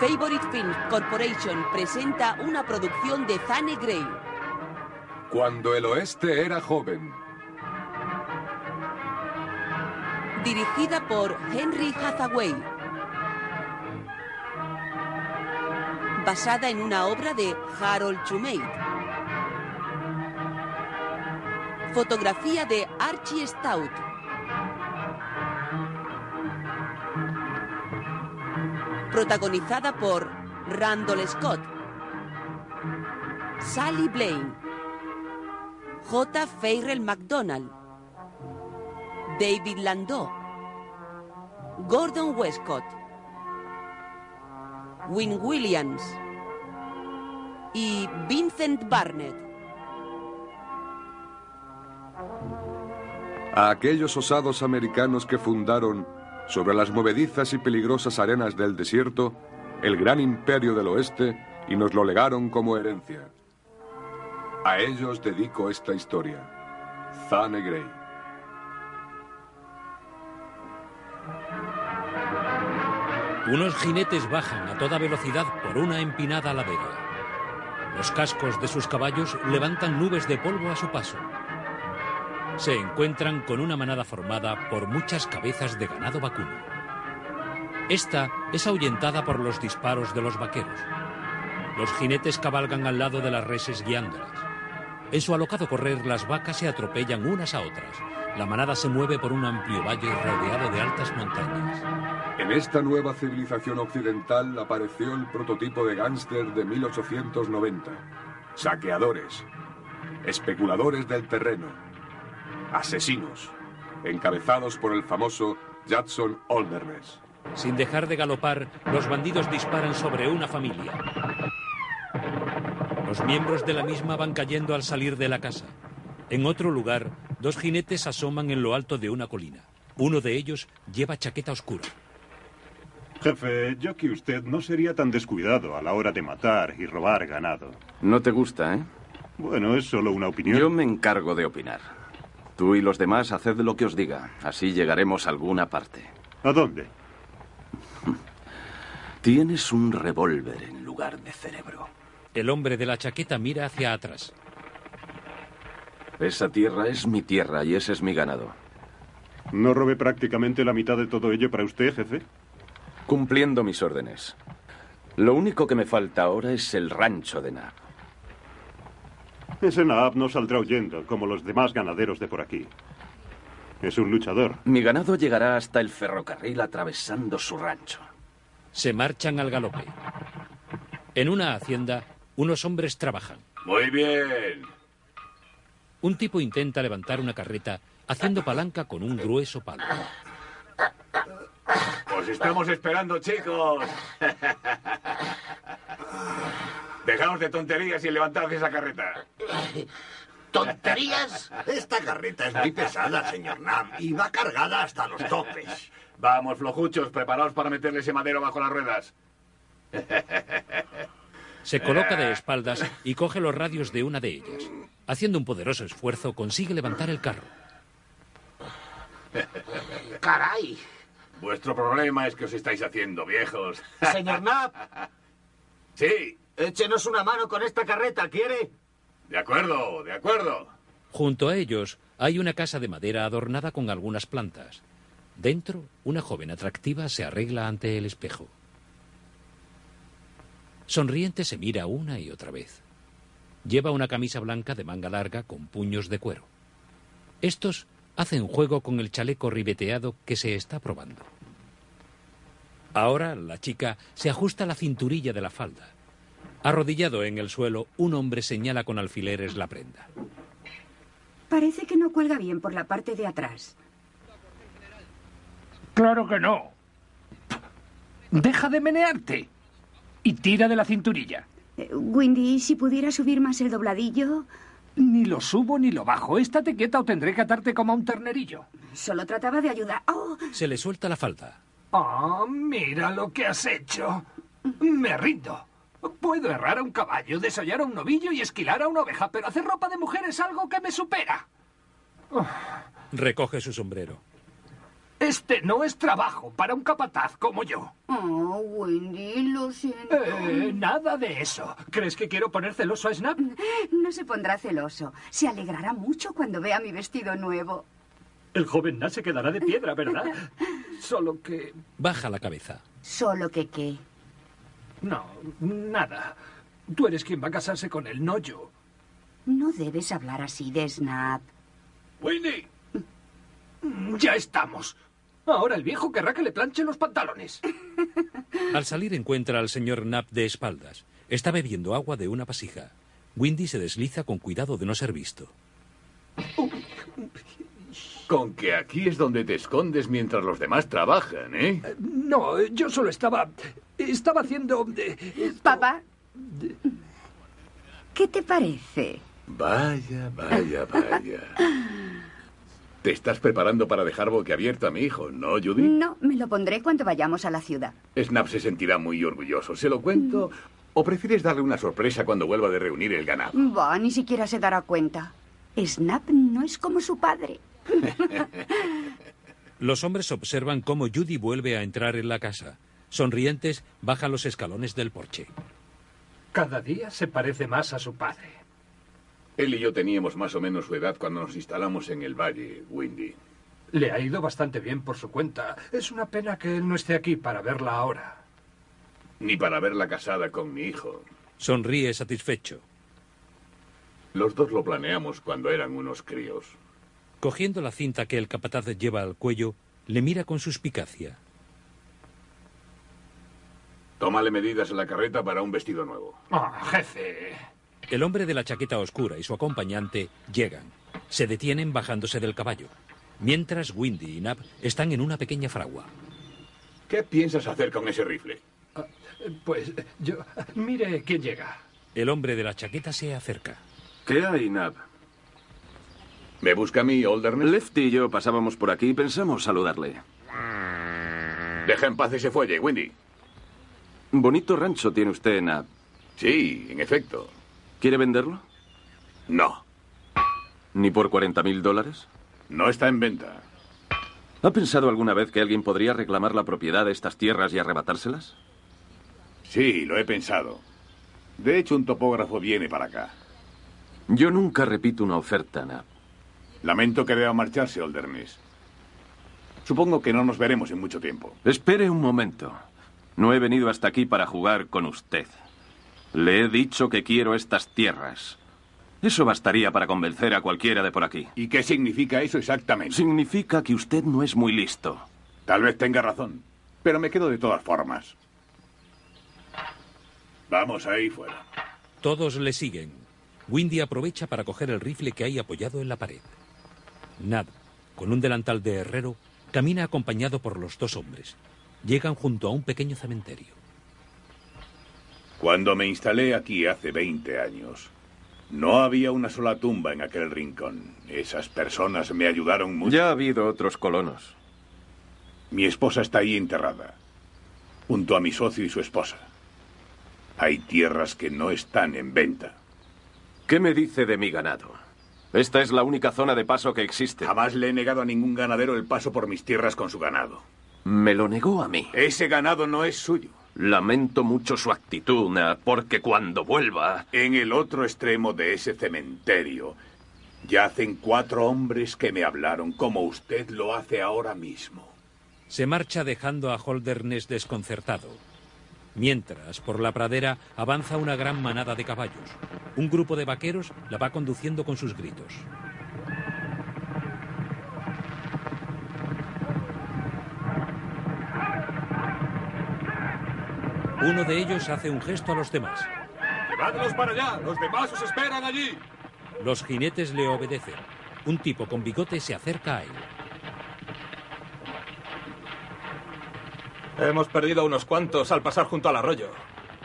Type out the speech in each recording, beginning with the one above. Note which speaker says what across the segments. Speaker 1: Favorite Film Corporation presenta una producción de Zane Grey.
Speaker 2: Cuando el oeste era joven.
Speaker 1: Dirigida por Henry Hathaway. Basada en una obra de Harold Chumate. Fotografía de Archie Stout. Protagonizada por Randall Scott, Sally Blaine, J. Farrell MacDonald, David Landau, Gordon Westcott, Win Williams y Vincent Barnett.
Speaker 2: A aquellos osados americanos que fundaron, sobre las movedizas y peligrosas arenas del desierto, el gran imperio del oeste y nos lo legaron como herencia. A ellos dedico esta historia. Zane Grey.
Speaker 3: Unos jinetes bajan a toda velocidad por una empinada ladera. Los cascos de sus caballos levantan nubes de polvo a su paso. Se encuentran con una manada formada por muchas cabezas de ganado vacuno. Esta es ahuyentada por los disparos de los vaqueros. Los jinetes cabalgan al lado de las reses guiándolas. En su alocado correr, las vacas se atropellan unas a otras. La manada se mueve por un amplio valle rodeado de altas montañas.
Speaker 2: En esta nueva civilización occidental apareció el prototipo de gángster de 1890. Saqueadores, especuladores del terreno, asesinos, encabezados por el famoso Jackson Oldernes.
Speaker 3: Sin dejar de galopar, los bandidos disparan sobre una familia. Los miembros de la misma van cayendo al salir de la casa. En otro lugar, dos jinetes asoman en lo alto de una colina. Uno de ellos lleva chaqueta oscura.
Speaker 4: Jefe, yo que usted no sería tan descuidado a la hora de matar y robar ganado.
Speaker 5: No te gusta, ¿eh?
Speaker 4: Bueno, es solo una opinión.
Speaker 5: Yo me encargo de opinar. Tú y los demás haced lo que os diga. Así llegaremos a alguna parte.
Speaker 4: ¿A dónde?
Speaker 5: Tienes un revólver en lugar de cerebro.
Speaker 3: El hombre de la chaqueta mira hacia atrás.
Speaker 5: Esa tierra es mi tierra y ese es mi ganado.
Speaker 4: ¿No robé prácticamente la mitad de todo ello para usted, jefe?
Speaker 5: Cumpliendo mis órdenes. Lo único que me falta ahora es el rancho de Nap.
Speaker 4: Ese Naab no saldrá huyendo, como los demás ganaderos de por aquí. Es un luchador.
Speaker 5: Mi ganado llegará hasta el ferrocarril atravesando su rancho.
Speaker 3: Se marchan al galope. En una hacienda, unos hombres trabajan.
Speaker 6: Muy bien.
Speaker 3: Un tipo intenta levantar una carreta haciendo palanca con un grueso palo.
Speaker 6: Os estamos esperando, chicos. Dejaos de tonterías y levantad esa carreta.
Speaker 7: ¿Tonterías? Esta carreta es muy pesada, señor Nam, y va cargada hasta los topes.
Speaker 6: Vamos, flojuchos, preparaos para meterle ese madero bajo las ruedas.
Speaker 3: Se coloca de espaldas y coge los radios de una de ellas. Haciendo un poderoso esfuerzo, consigue levantar el carro.
Speaker 7: Caray.
Speaker 6: Vuestro problema es que os estáis haciendo viejos.
Speaker 7: Señor Knapp,
Speaker 6: Sí,
Speaker 7: échenos una mano con esta carreta, ¿quiere?
Speaker 6: de acuerdo, de acuerdo.
Speaker 3: Junto a ellos hay una casa de madera adornada con algunas plantas. Dentro, una joven atractiva se arregla ante el espejo. Sonriente se mira una y otra vez. Lleva una camisa blanca de manga larga con puños de cuero. Estos hacen juego con el chaleco ribeteado que se está probando. Ahora la chica se ajusta la cinturilla de la falda. Arrodillado en el suelo, un hombre señala con alfileres la prenda.
Speaker 8: Parece que no cuelga bien por la parte de atrás.
Speaker 9: Claro que no. Deja de menearte. Y tira de la cinturilla.
Speaker 8: Eh, Windy, si pudiera subir más el dobladillo,
Speaker 9: Ni lo subo ni lo bajo. Estate quieta o tendré que atarte como a un ternerillo.
Speaker 8: solo trataba de ayudar. ¡Oh!
Speaker 3: Se le suelta la falda.
Speaker 9: Oh, mira lo que has hecho. Me rindo. Puedo errar a un caballo, desollar a un novillo y esquilar a una oveja, pero hacer ropa de mujer es algo que me supera.
Speaker 3: Recoge su sombrero.
Speaker 9: Este no es trabajo para un capataz como yo.
Speaker 8: Oh, Wendy, lo siento.
Speaker 9: Eh, nada de eso. ¿Crees que quiero poner celoso a Snap?
Speaker 8: No se pondrá celoso. Se alegrará mucho cuando vea mi vestido nuevo.
Speaker 9: El joven Nat se quedará de piedra, ¿verdad? Solo que...
Speaker 3: Baja la cabeza.
Speaker 8: Solo que qué.
Speaker 9: No, nada. Tú eres quien va a casarse con él, no yo.
Speaker 8: No debes hablar así de Snap.
Speaker 9: Winnie. Ya estamos. Ahora el viejo querrá que le planche los pantalones.
Speaker 3: Al salir encuentra al señor Knapp de espaldas. Está bebiendo agua de una vasija. Windy se desliza con cuidado de no ser visto.
Speaker 6: Con que aquí es donde te escondes mientras los demás trabajan, ¿eh?
Speaker 9: No, yo solo estaba... Estaba haciendo... eh,
Speaker 8: Papá. ¿Qué te parece?
Speaker 6: Vaya, vaya, vaya. Te estás preparando para dejar boquiabierto a mi hijo, ¿no, Judy?
Speaker 8: No, me lo pondré cuando vayamos a la ciudad.
Speaker 6: Snap se sentirá muy orgulloso. ¿Se lo cuento? ¿O prefieres darle una sorpresa cuando vuelva de reunir el ganado?
Speaker 8: Va, ni siquiera se dará cuenta. Snap no es como su padre.
Speaker 3: Los hombres observan cómo Judy vuelve a entrar en la casa. Sonrientes, baja los escalones del porche.
Speaker 9: Cada día se parece más a su padre.
Speaker 6: Él y yo teníamos más o menos su edad cuando nos instalamos en el valle, Windy.
Speaker 9: Le ha ido bastante bien por su cuenta. Es una pena que él no esté aquí para verla ahora.
Speaker 6: Ni para verla casada con mi hijo.
Speaker 3: Sonríe satisfecho.
Speaker 6: Los dos lo planeamos cuando eran unos críos.
Speaker 3: Cogiendo la cinta que el capataz lleva al cuello, le mira con suspicacia.
Speaker 6: Tómale medidas en la carreta para un vestido nuevo.
Speaker 9: Ah, jefe.
Speaker 3: El hombre de la chaqueta oscura y su acompañante llegan. Se detienen bajándose del caballo. Mientras Windy y Nab están en una pequeña fragua.
Speaker 6: ¿Qué piensas hacer con ese rifle?
Speaker 9: Ah, Pues yo... Mire quién llega.
Speaker 3: El hombre de la chaqueta se acerca.
Speaker 5: ¿Qué hay, Nab?
Speaker 6: ¿Me busca a mí, Olderness?
Speaker 5: Lefty y yo pasábamos por aquí y pensamos saludarle.
Speaker 6: Deja en paz ese fuelle, Windy.
Speaker 5: Bonito rancho tiene usted, Nab.
Speaker 6: Sí, en efecto.
Speaker 5: ¿Quiere venderlo?
Speaker 6: No,
Speaker 5: ¿Ni por 40 mil dólares?
Speaker 6: no está en venta.
Speaker 5: ¿Ha pensado alguna vez que alguien podría reclamar la propiedad de estas tierras y arrebatárselas?
Speaker 6: Sí, lo he pensado. De hecho, un topógrafo viene para acá.
Speaker 5: Yo nunca repito una oferta, Nab.
Speaker 6: Lamento que deba marcharse, Olderness. Supongo que no nos veremos en mucho tiempo.
Speaker 5: Espere Eh, un momento. No he venido hasta aquí para jugar con usted. Le he dicho que quiero estas tierras. Eso bastaría para convencer a cualquiera de por aquí.
Speaker 6: ¿Y qué significa eso exactamente?
Speaker 5: Significa que usted no es muy listo.
Speaker 6: Tal vez tenga razón, pero me quedo de todas formas. Vamos ahí fuera.
Speaker 3: Todos le siguen. Windy aprovecha para coger el rifle que hay apoyado en la pared. Nad, con un delantal de herrero, camina acompañado por los dos hombres. Llegan junto a un pequeño cementerio.
Speaker 6: Cuando me instalé aquí hace 20 años, no había una sola tumba en aquel rincón. Esas personas me ayudaron mucho.
Speaker 5: Ya ha habido otros colonos.
Speaker 6: Mi esposa está ahí enterrada, junto a mi socio y su esposa. Hay tierras que no están en venta.
Speaker 5: ¿Qué me dice de mi ganado? Esta es la única zona de paso que existe.
Speaker 6: Jamás le he negado a ningún ganadero el paso por mis tierras con su ganado.
Speaker 5: Me lo negó a mí.
Speaker 6: Ese ganado no es suyo.
Speaker 5: Lamento mucho su actitud, Nab, porque cuando vuelva...
Speaker 6: En el otro extremo de ese cementerio yacen cuatro hombres que me hablaron como usted lo hace ahora mismo.
Speaker 3: Se marcha dejando a Holderness desconcertado. Mientras, por la pradera avanza una gran manada de caballos. Un grupo de vaqueros la va conduciendo con sus gritos. Uno de ellos hace un gesto a los demás.
Speaker 6: ¡Llevadlos para allá! ¡Los demás os esperan allí!
Speaker 3: Los jinetes le obedecen. Un tipo con bigote se acerca a él.
Speaker 10: Hemos perdido unos cuantos al pasar junto al arroyo.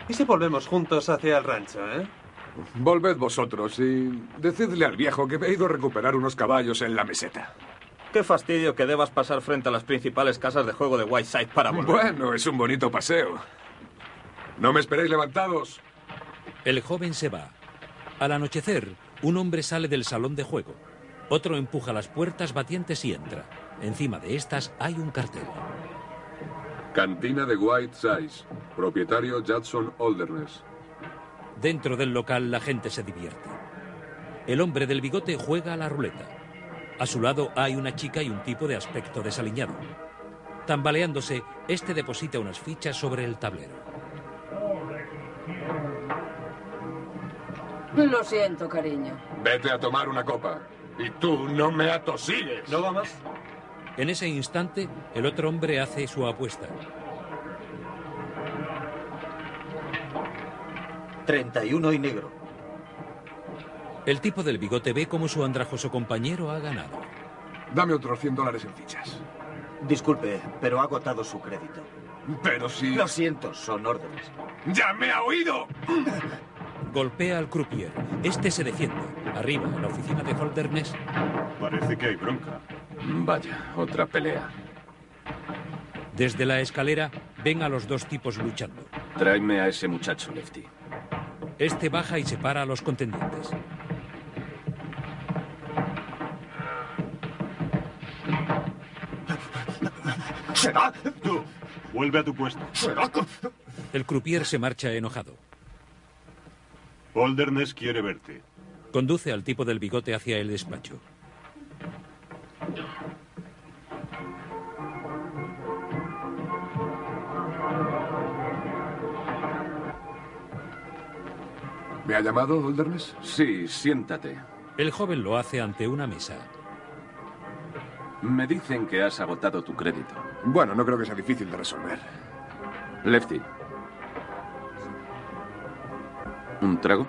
Speaker 10: ¿Y si volvemos juntos hacia el rancho, eh?
Speaker 2: Volved vosotros y decidle al viejo que me he ido a recuperar unos caballos en la meseta.
Speaker 10: Qué fastidio que debas pasar frente a las principales casas de juego de Whiteside para volver.
Speaker 2: Bueno, es un bonito paseo. No me esperéis levantados.
Speaker 3: El joven se va. Al anochecer, un hombre sale del salón de juego. Otro empuja las puertas batientes y entra. Encima de estas hay un cartel.
Speaker 2: Cantina de White Size, propietario Judson Alderness.
Speaker 3: Dentro del local la gente se divierte. El hombre del bigote juega a la ruleta. A su lado hay una chica y un tipo de aspecto desaliñado. Tambaleándose, este deposita unas fichas sobre el tablero.
Speaker 11: Lo siento, cariño.
Speaker 2: Vete a tomar una copa. Y tú no me atosilles.
Speaker 3: ¿No va más? En ese instante, el otro hombre hace su apuesta.
Speaker 12: 31 y negro.
Speaker 3: El tipo del bigote ve cómo su andrajoso compañero ha ganado.
Speaker 13: Dame otros 100 dólares en fichas.
Speaker 12: Disculpe, pero ha agotado su crédito.
Speaker 13: Pero si...
Speaker 12: Lo siento, son órdenes.
Speaker 13: ¡Ya me ha oído!
Speaker 3: Golpea al croupier. Este se defiende. Arriba, en la oficina de Holderness.
Speaker 4: Parece que hay bronca.
Speaker 5: Vaya, otra pelea.
Speaker 3: Desde la escalera ven a los dos tipos luchando.
Speaker 5: Tráeme a ese muchacho, Lefty.
Speaker 3: Este baja y separa a los contendientes.
Speaker 7: ¿Será? Tú,
Speaker 4: Vuelve a tu puesto.
Speaker 7: ¿Será? co-
Speaker 3: El croupier se marcha enojado.
Speaker 4: Holderness quiere verte.
Speaker 3: Conduce al tipo del bigote hacia el despacho.
Speaker 2: ¿Me ha llamado, Holderness?
Speaker 5: Sí, siéntate.
Speaker 3: El joven lo hace ante una mesa.
Speaker 5: Me dicen que has agotado tu crédito.
Speaker 13: Bueno, no creo que sea difícil de resolver.
Speaker 5: Lefty. ¿Un trago?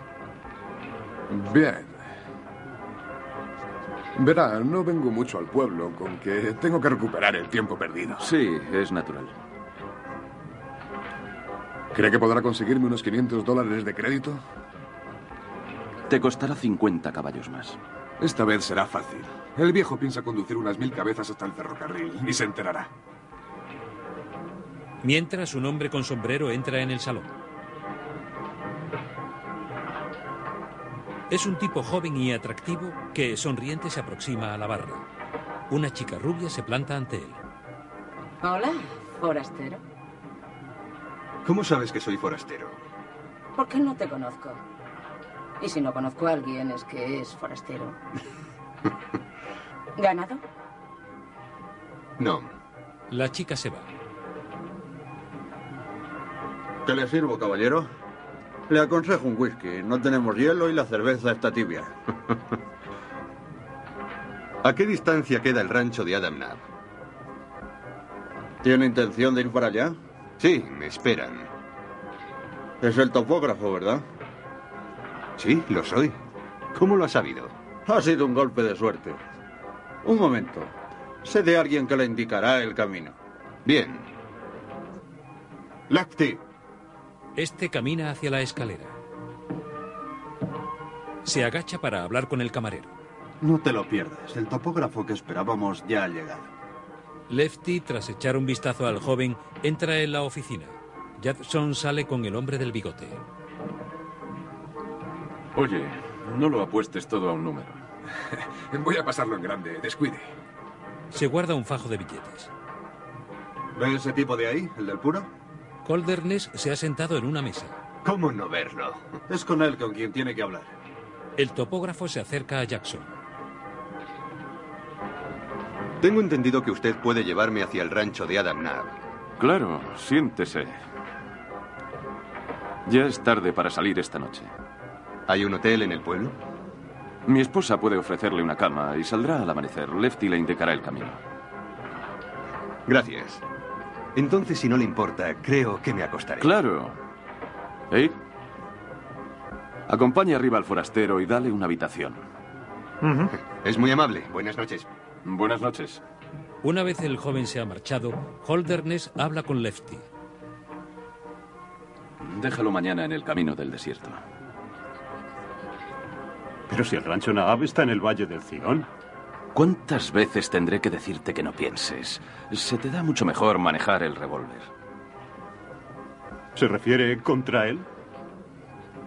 Speaker 2: Bien. Verá, no vengo mucho al pueblo, con que tengo que recuperar el tiempo perdido.
Speaker 5: Sí, es natural.
Speaker 2: ¿Cree que podrá conseguirme unos 500 dólares de crédito?
Speaker 5: Te costará 50 caballos más.
Speaker 2: Esta vez será fácil. El viejo piensa conducir unas mil cabezas hasta el ferrocarril y se enterará.
Speaker 3: Mientras un hombre con sombrero entra en el salón. Es un tipo joven y atractivo que sonriente se aproxima a la barra. Una chica rubia se planta ante él.
Speaker 11: Hola, forastero.
Speaker 14: ¿Cómo sabes que soy forastero?
Speaker 11: ¿Por qué no te conozco? Y si no conozco a alguien es que es forastero. ¿Ganado?
Speaker 14: No.
Speaker 3: La chica se va.
Speaker 14: ¿Qué le sirvo, caballero? Le aconsejo un whisky. No tenemos hielo y la cerveza está tibia. ¿A qué distancia queda el rancho de Adam Knapp? ¿Tiene intención de ir para allá? Sí, me esperan. Es el topógrafo, ¿verdad? Sí, lo soy. ¿Cómo lo ha sabido? Ha sido un golpe de suerte. Un momento. Sé de alguien que le indicará el camino. Bien. Lefty.
Speaker 3: Este camina hacia la escalera. Se agacha para hablar con el camarero.
Speaker 14: No te lo pierdas. El topógrafo que esperábamos ya ha llegado.
Speaker 3: Lefty, tras echar un vistazo al joven, entra en la oficina. Judson sale con el hombre del bigote.
Speaker 5: Oye, no lo apuestes todo a un número.
Speaker 2: Voy a pasarlo en grande, descuide.
Speaker 3: Se guarda un fajo de billetes.
Speaker 14: ¿Ve ese tipo de ahí, el del puro?
Speaker 3: Colderness se ha sentado en una mesa.
Speaker 14: ¿Cómo no verlo? Es con él con quien tiene que hablar.
Speaker 3: El topógrafo se acerca a Jackson.
Speaker 14: Tengo entendido que usted puede llevarme hacia el rancho de Adam Knapp.
Speaker 5: Claro, siéntese. Ya es tarde para salir esta noche.
Speaker 14: ¿Hay un hotel en el pueblo?
Speaker 5: Mi esposa puede ofrecerle una cama y saldrá al amanecer. Lefty le indicará el camino.
Speaker 14: Gracias. Entonces, si no le importa, creo que me acostaré.
Speaker 5: Claro. ¿Eh? Acompaña arriba al forastero y dale una habitación.
Speaker 14: Es muy amable. Buenas noches.
Speaker 5: Buenas noches.
Speaker 3: Una vez el joven se ha marchado, Holderness habla con Lefty.
Speaker 5: Déjalo mañana en el camino del desierto.
Speaker 4: Pero si el rancho Naab está en el Valle del Cidón.
Speaker 5: ¿Cuántas veces tendré que decirte que no pienses? Se te da mucho mejor manejar el revólver.
Speaker 4: ¿Se refiere contra él?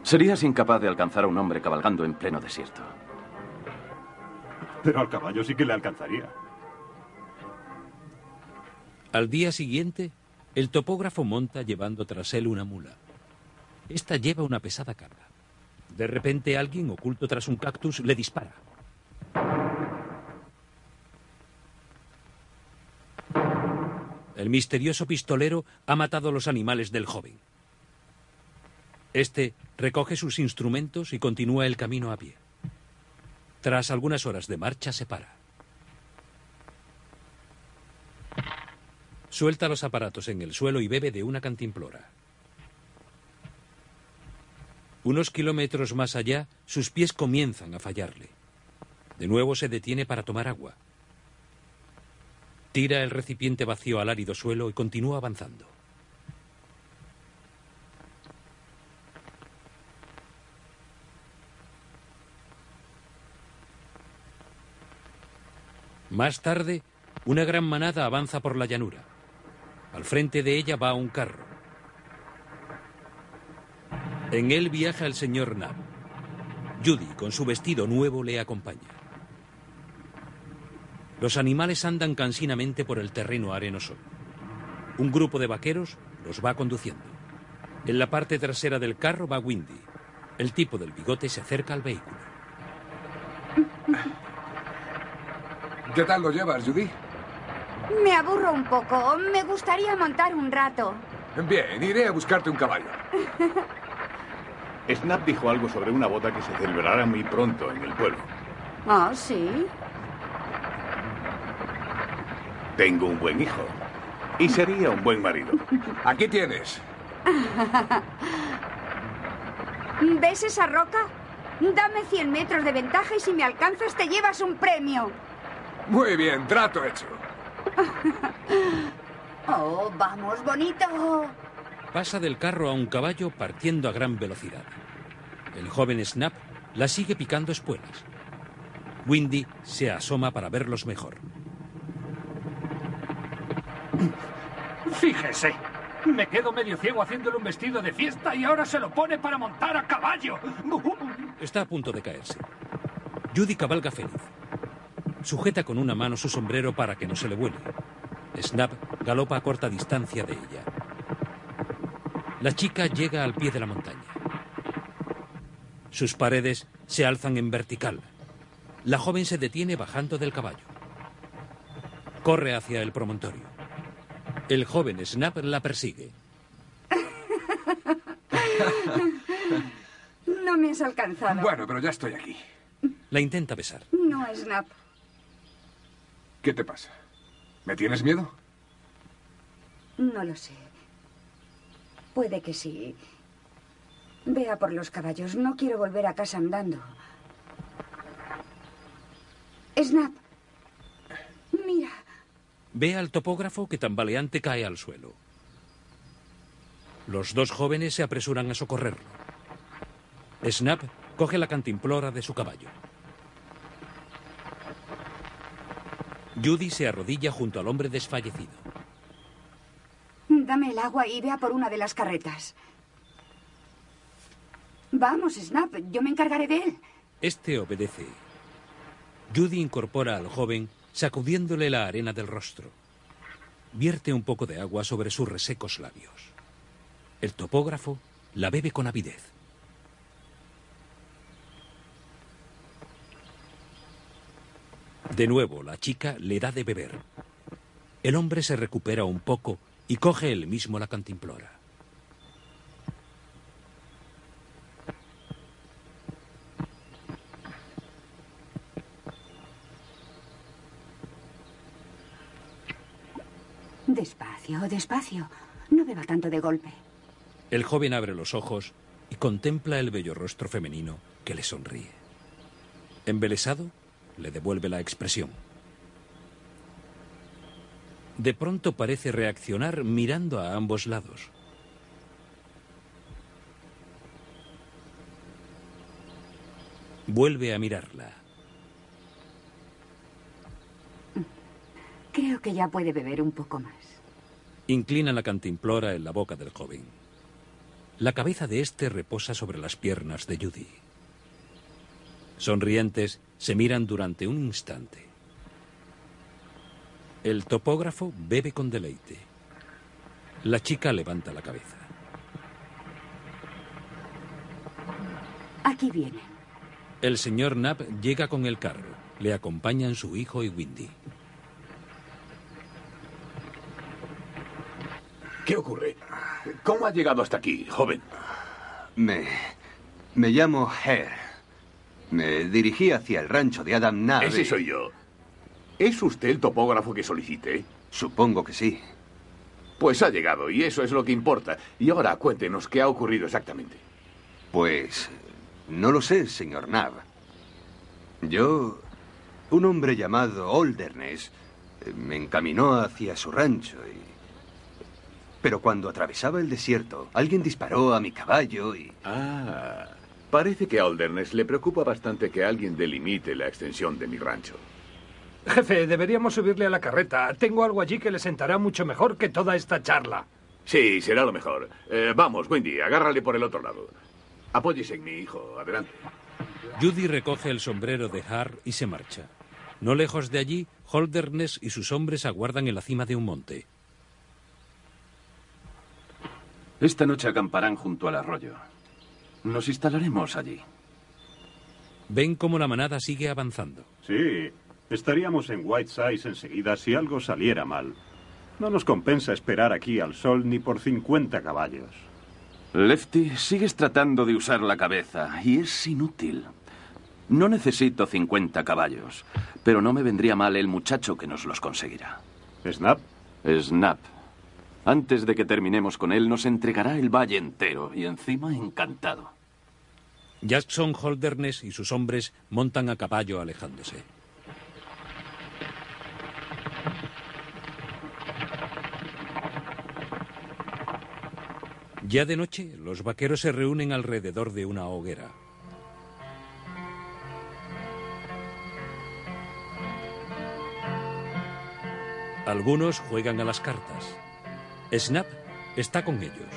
Speaker 5: Serías incapaz de alcanzar a un hombre cabalgando en pleno desierto.
Speaker 4: Pero al caballo sí que le alcanzaría.
Speaker 3: Al día siguiente, el topógrafo monta llevando tras él una mula. Esta lleva una pesada carga. De repente alguien, oculto tras un cactus, le dispara. El misterioso pistolero ha matado los animales del joven. Este recoge sus instrumentos y continúa el camino a pie. Tras algunas horas de marcha se para. Suelta los aparatos en el suelo y bebe de una cantimplora. Unos kilómetros más allá, sus pies comienzan a fallarle. De nuevo se detiene para tomar agua. Tira el recipiente vacío al árido suelo y continúa avanzando. Más tarde, una gran manada avanza por la llanura. Al frente de ella va un carro. En él viaja el señor Nab. Judy, con su vestido nuevo, le acompaña. Los animales andan cansinamente por el terreno arenoso. Un grupo de vaqueros los va conduciendo. En la parte trasera del carro va Windy. El tipo del bigote se acerca al vehículo.
Speaker 13: ¿Qué tal lo llevas, Judy?
Speaker 8: Me aburro un poco. Me gustaría montar un rato.
Speaker 13: Bien, iré a buscarte un caballo.
Speaker 6: Snap dijo algo sobre una boda que se celebrará muy pronto en el pueblo.
Speaker 8: Ah, sí.
Speaker 6: Tengo un buen hijo. Y sería un buen marido.
Speaker 13: Aquí tienes.
Speaker 8: ¿Ves esa roca? Dame 100 metros de ventaja y si me alcanzas te llevas un premio.
Speaker 13: Muy bien, trato hecho.
Speaker 8: Oh, vamos, bonito.
Speaker 3: Pasa del carro a un caballo partiendo a gran velocidad. El joven Snap la sigue picando espuelas. Windy se asoma para verlos mejor.
Speaker 9: Fíjese, me quedo medio ciego haciéndole un vestido de fiesta y ahora se lo pone para montar a caballo.
Speaker 3: Está a punto de caerse. Judy cabalga feliz. Sujeta con una mano su sombrero para que no se le vuele. Snap galopa a corta distancia de ella. La chica llega al pie de la montaña. Sus paredes se alzan en vertical. La joven se detiene bajando del caballo. Corre hacia el promontorio. El joven Snap la persigue.
Speaker 8: No me has alcanzado.
Speaker 13: Bueno, pero ya estoy aquí.
Speaker 3: La intenta besar.
Speaker 8: No, Snap.
Speaker 13: ¿Qué te pasa? ¿Me tienes miedo?
Speaker 8: No lo sé. Puede que sí. Vea por los caballos. No quiero volver a casa andando. Snap. Mira.
Speaker 3: Ve al topógrafo que tambaleante cae al suelo. Los dos jóvenes se apresuran a socorrerlo. Snap coge la cantimplora de su caballo. Judy se arrodilla junto al hombre desfallecido.
Speaker 8: Dame el agua y vea por una de las carretas. Vamos, Snap. Yo me encargaré de él.
Speaker 3: Este obedece. Judy incorpora al joven sacudiéndole la arena del rostro. Vierte un poco de agua sobre sus resecos labios. El topógrafo la bebe con avidez. De nuevo, la chica le da de beber. El hombre se recupera un poco y coge él mismo la cantimplora.
Speaker 8: Despacio, despacio. No beba tanto de golpe.
Speaker 3: El joven abre los ojos y contempla el bello rostro femenino que le sonríe. Embelesado, le devuelve la expresión. De pronto parece reaccionar mirando a ambos lados. Vuelve a mirarla.
Speaker 8: Creo que ya puede beber un poco más.
Speaker 3: Inclina la cantimplora en la boca del joven. La cabeza de este reposa sobre las piernas de Judy. Sonrientes, se miran durante un instante. El topógrafo bebe con deleite. La chica levanta la cabeza.
Speaker 8: Aquí viene.
Speaker 3: El señor Knapp llega con el carro. Le acompañan su hijo y Windy.
Speaker 6: ¿Qué ocurre? ¿Cómo ha llegado hasta aquí, joven?
Speaker 13: Me. Me llamo Hare. Me dirigí hacia el rancho de Adam Nabe.
Speaker 6: Ese soy yo. ¿Es usted el topógrafo que solicité?
Speaker 13: Supongo que sí.
Speaker 6: Pues ha llegado y eso es lo que importa. Y ahora cuéntenos qué ha ocurrido exactamente.
Speaker 13: Pues. No lo sé, señor Nab. Yo. Un hombre llamado Olderness eh, me encaminó hacia su rancho y. Pero cuando atravesaba el desierto, alguien disparó a mi caballo y.
Speaker 6: Ah. Parece que a Olderness le preocupa bastante que alguien delimite la extensión de mi rancho.
Speaker 9: Jefe, deberíamos subirle a la carreta. Tengo algo allí que le sentará mucho mejor que toda esta charla.
Speaker 6: Sí, será lo mejor. Eh, vamos, Wendy, agárrale por el otro lado. Apóyese en mi hijo. Adelante.
Speaker 3: Judy recoge el sombrero de Har y se marcha. No lejos de allí, Holderness y sus hombres aguardan en la cima de un monte.
Speaker 5: Esta noche acamparán junto al arroyo. Nos instalaremos allí.
Speaker 3: Ven cómo la manada sigue avanzando.
Speaker 4: Sí, estaríamos en Whitesides enseguida si algo saliera mal. No nos compensa esperar aquí al sol ni por 50 caballos.
Speaker 5: Lefty, sigues tratando de usar la cabeza y es inútil. No necesito 50 caballos, pero no me vendría mal el muchacho que nos los conseguirá.
Speaker 4: ¿Snap?
Speaker 5: Snap. Antes de que terminemos con él, nos entregará el valle entero y encima encantado.
Speaker 3: Jackson Holderness y sus hombres montan a caballo alejándose. Ya de noche, los vaqueros se reúnen alrededor de una hoguera. Algunos juegan a las cartas. Snap está con ellos.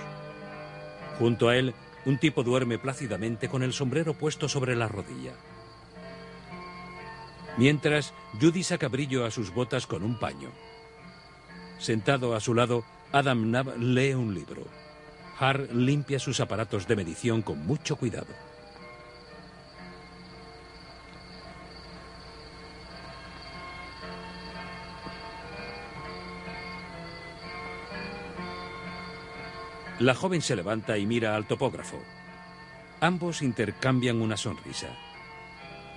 Speaker 3: Junto a él, un tipo duerme plácidamente con el sombrero puesto sobre la rodilla. Mientras, Judy saca brillo a sus botas con un paño. Sentado a su lado, Adam Nab lee un libro. Har limpia sus aparatos de medición con mucho cuidado. La joven se levanta y mira al topógrafo. Ambos intercambian una sonrisa.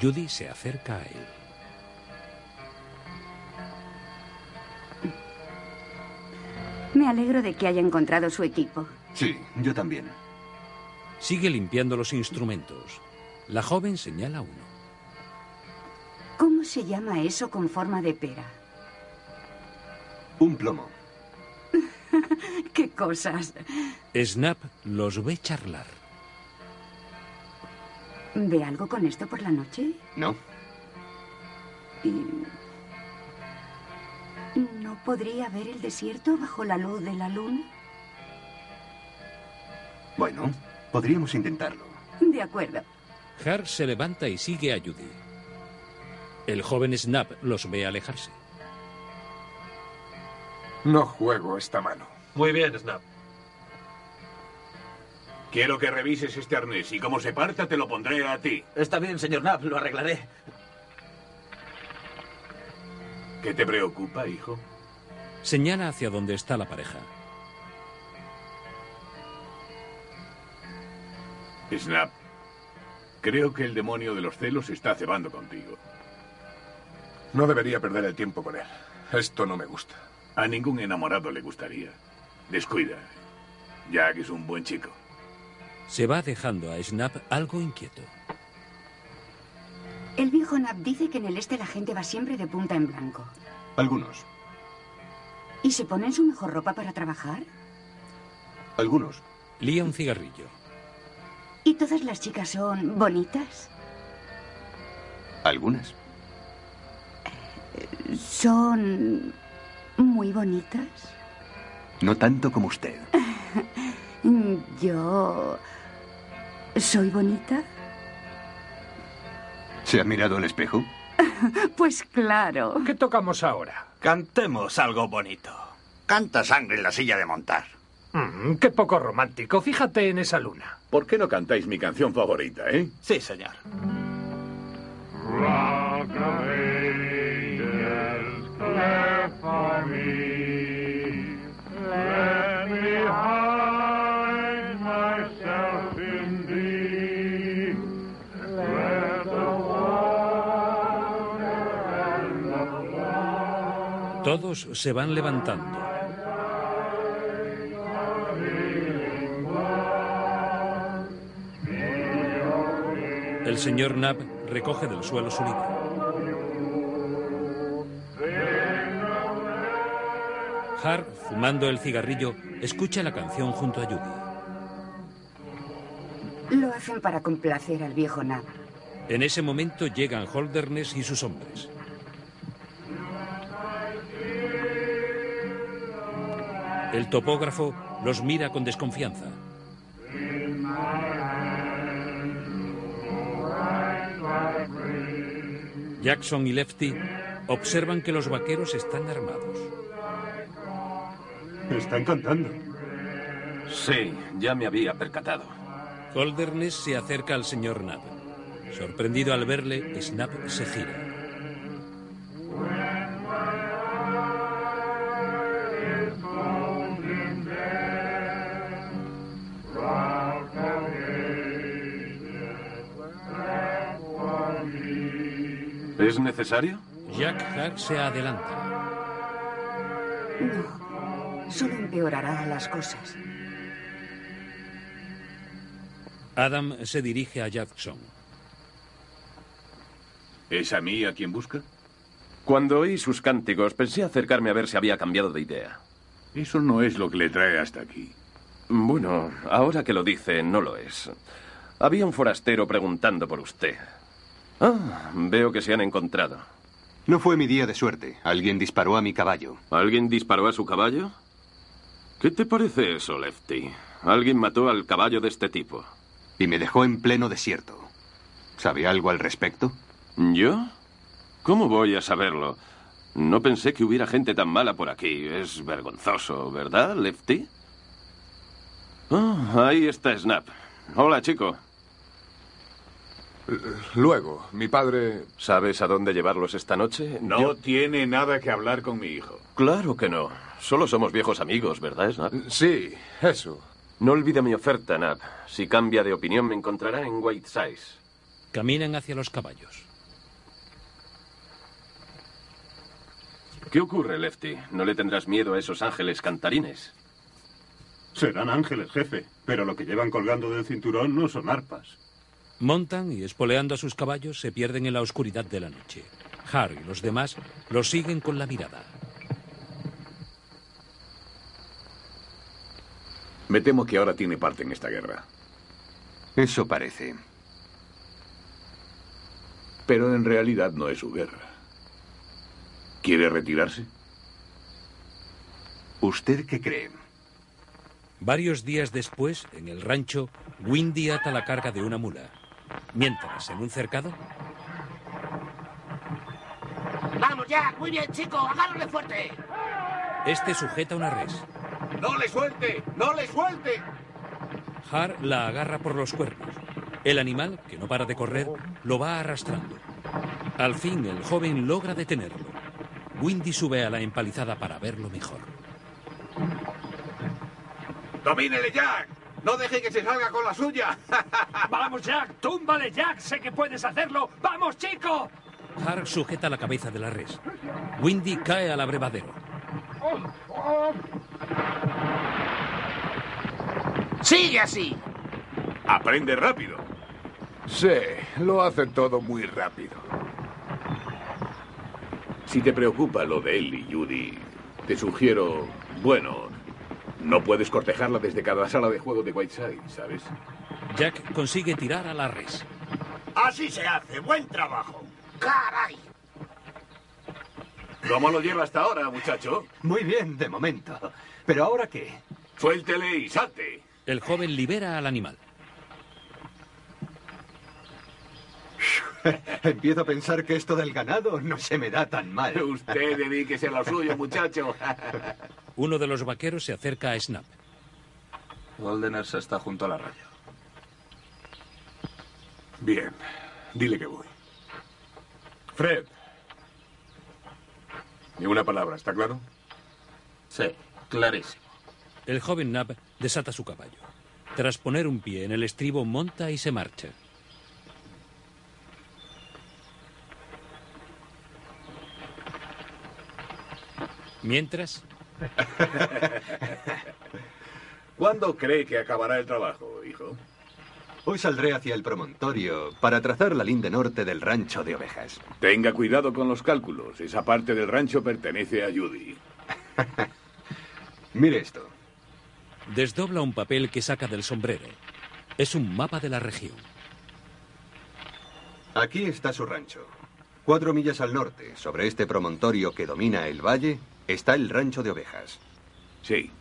Speaker 3: Judy se acerca a él.
Speaker 8: Me alegro de que haya encontrado su equipo.
Speaker 13: Sí, yo también.
Speaker 3: Sigue limpiando los instrumentos. La joven señala uno.
Speaker 8: ¿Cómo se llama eso con forma de pera?
Speaker 13: Un plomo.
Speaker 8: ¡Qué cosas!
Speaker 3: Snap los ve charlar.
Speaker 8: ¿Ve algo con esto por la noche?
Speaker 13: No.
Speaker 8: ¿Y ¿No podría ver el desierto bajo la luz de la luna?
Speaker 13: Bueno, podríamos intentarlo.
Speaker 8: De acuerdo.
Speaker 3: Har se levanta y sigue a Judy. El joven Snap los ve alejarse.
Speaker 13: No juego esta mano.
Speaker 10: Muy bien, Snap.
Speaker 6: Quiero que revises este arnés y como se parta te lo pondré a ti.
Speaker 12: Está bien, señor Knapp, lo arreglaré.
Speaker 6: ¿Qué te preocupa, hijo?
Speaker 3: Señala hacia donde está la pareja.
Speaker 6: Snap, creo que el demonio de los celos está cebando contigo.
Speaker 13: No debería perder el tiempo con él. Esto no me gusta.
Speaker 6: A ningún enamorado le gustaría. Descuida, ya que es un buen chico.
Speaker 3: Se va dejando a Snap algo inquieto.
Speaker 8: El viejo Nap dice que en el este la gente va siempre de punta en blanco.
Speaker 13: Algunos.
Speaker 8: ¿Y se ponen su mejor ropa para trabajar?
Speaker 13: Algunos.
Speaker 3: Lía un cigarrillo.
Speaker 8: ¿Y todas las chicas son bonitas?
Speaker 13: Algunas.
Speaker 8: ¿Son muy bonitas?
Speaker 13: No tanto como usted.
Speaker 8: Yo... ¿Soy bonita?
Speaker 13: ¿Se ha mirado al espejo?
Speaker 8: Pues claro.
Speaker 9: ¿Qué tocamos ahora?
Speaker 12: Cantemos algo bonito.
Speaker 7: Canta sangre en la silla de montar.
Speaker 9: Mm, qué poco romántico. Fíjate en esa luna.
Speaker 6: ¿Por qué no cantáis mi canción favorita, eh?
Speaker 12: Sí, señor.
Speaker 3: Todos se van levantando. El señor Knapp recoge del suelo su libro. Har, fumando el cigarrillo, escucha la canción junto a Judy.
Speaker 8: Lo hacen para complacer al viejo Nab.
Speaker 3: En ese momento llegan Holderness y sus hombres. El topógrafo los mira con desconfianza. Jackson y Lefty observan que los vaqueros están armados.
Speaker 4: Están cantando.
Speaker 5: Sí, ya me había percatado.
Speaker 3: Holderness se acerca al señor Knapp. Sorprendido al verle, Snap se gira.
Speaker 5: ¿Es necesario?
Speaker 3: Jack Hart se adelanta.
Speaker 8: No, solo empeorará las cosas.
Speaker 3: Adam se dirige a Jackson.
Speaker 6: ¿Es a mí a quien busca?
Speaker 5: Cuando oí sus cánticos, pensé acercarme a ver si había cambiado de idea.
Speaker 6: Eso no es lo que le trae hasta aquí.
Speaker 5: Bueno, ahora que lo dice, no lo es. Había un forastero preguntando por usted. Ah, veo que se han encontrado.
Speaker 13: No fue mi día de suerte. Alguien disparó a mi caballo.
Speaker 5: ¿Alguien disparó a su caballo? ¿Qué te parece eso, Lefty? Alguien mató al caballo de este tipo.
Speaker 13: Y me dejó en pleno desierto. ¿Sabe algo al respecto?
Speaker 5: ¿Yo? ¿Cómo voy a saberlo? No pensé que hubiera gente tan mala por aquí. Es vergonzoso, ¿verdad, Lefty? Ah, ahí está Snap. Hola, chico.
Speaker 2: Luego, mi padre...
Speaker 5: ¿Sabes a dónde llevarlos esta noche?
Speaker 6: No
Speaker 5: Yo-
Speaker 6: tiene nada que hablar con mi hijo.
Speaker 5: Claro que no. Solo somos viejos amigos, ¿verdad, Snap?
Speaker 2: Sí, eso.
Speaker 5: No olvida mi oferta, Nap. Si cambia de opinión, me encontrará en Whitesides.
Speaker 3: Caminan hacia los caballos.
Speaker 5: ¿Qué ocurre, Lefty? ¿No le tendrás miedo a esos ángeles cantarines?
Speaker 4: Serán ángeles, jefe, pero lo que llevan colgando del cinturón no son arpas.
Speaker 3: Montan y, espoleando a sus caballos, se pierden en la oscuridad de la noche. Harry y los demás los siguen con la mirada.
Speaker 6: Me temo que ahora tiene parte en esta guerra.
Speaker 13: Eso parece.
Speaker 6: Pero en realidad no es su guerra. ¿Quiere retirarse?
Speaker 13: ¿Usted qué cree?
Speaker 3: Varios días después, en el rancho, Windy ata la carga de una mula. Mientras, en un cercado,
Speaker 15: Vamos ya, muy bien, chico, agárrale fuerte.
Speaker 3: este sujeta una res.
Speaker 15: No le suelte, no le suelte.
Speaker 3: Har la agarra por los cuernos. El animal, que no para de correr, lo va arrastrando. Al fin, el joven logra detenerlo. Windy sube a la empalizada para verlo mejor.
Speaker 12: ¡Domínele, Jack! ¡No deje que se salga con la suya!
Speaker 9: Vamos, Jack, túmbale, Jack, sé que puedes hacerlo. Vamos, chico.
Speaker 3: Har sujeta la cabeza de la res. Windy cae al abrevadero.
Speaker 15: Sigue así.
Speaker 6: Aprende rápido.
Speaker 2: Sí, lo hace todo muy rápido.
Speaker 6: Si te preocupa lo de él y Judy, te sugiero, bueno, no puedes cortejarla desde cada sala de juego de Whiteside, ¿sabes?
Speaker 3: Jack consigue tirar a la res.
Speaker 7: Así se hace, buen trabajo.
Speaker 15: Caray.
Speaker 6: ¿Cómo lo lleva hasta ahora, muchacho?
Speaker 13: Muy bien, de momento. ¿Pero ahora qué?
Speaker 6: Suéltele y salte.
Speaker 3: El joven libera al animal.
Speaker 13: Empiezo a pensar que esto del ganado no se me da tan mal.
Speaker 12: Usted dedíquese a lo suyo, muchacho.
Speaker 3: Uno de los vaqueros se acerca a Snap.
Speaker 16: Goldener se está junto a la raya.
Speaker 17: Bien, dile que voy. Fred. Ni una palabra, ¿está claro?
Speaker 16: Sí, clarísimo.
Speaker 3: El joven Nab desata su caballo. Tras poner un pie en el estribo, monta y se marcha. Mientras,
Speaker 12: ¿Cuándo cree que acabará el trabajo, hijo?
Speaker 13: Hoy saldré hacia el promontorio para trazar la linda norte del rancho de ovejas.
Speaker 6: Tenga cuidado con los cálculos. Esa parte del rancho pertenece a Judy.
Speaker 13: Mire esto.
Speaker 3: desdobla un papel que saca del sombrero. Es un mapa de la región.
Speaker 13: Aquí está su rancho. Cuatro millas al norte, sobre este promontorio que domina el valle, está el rancho de ovejas.
Speaker 6: Sí.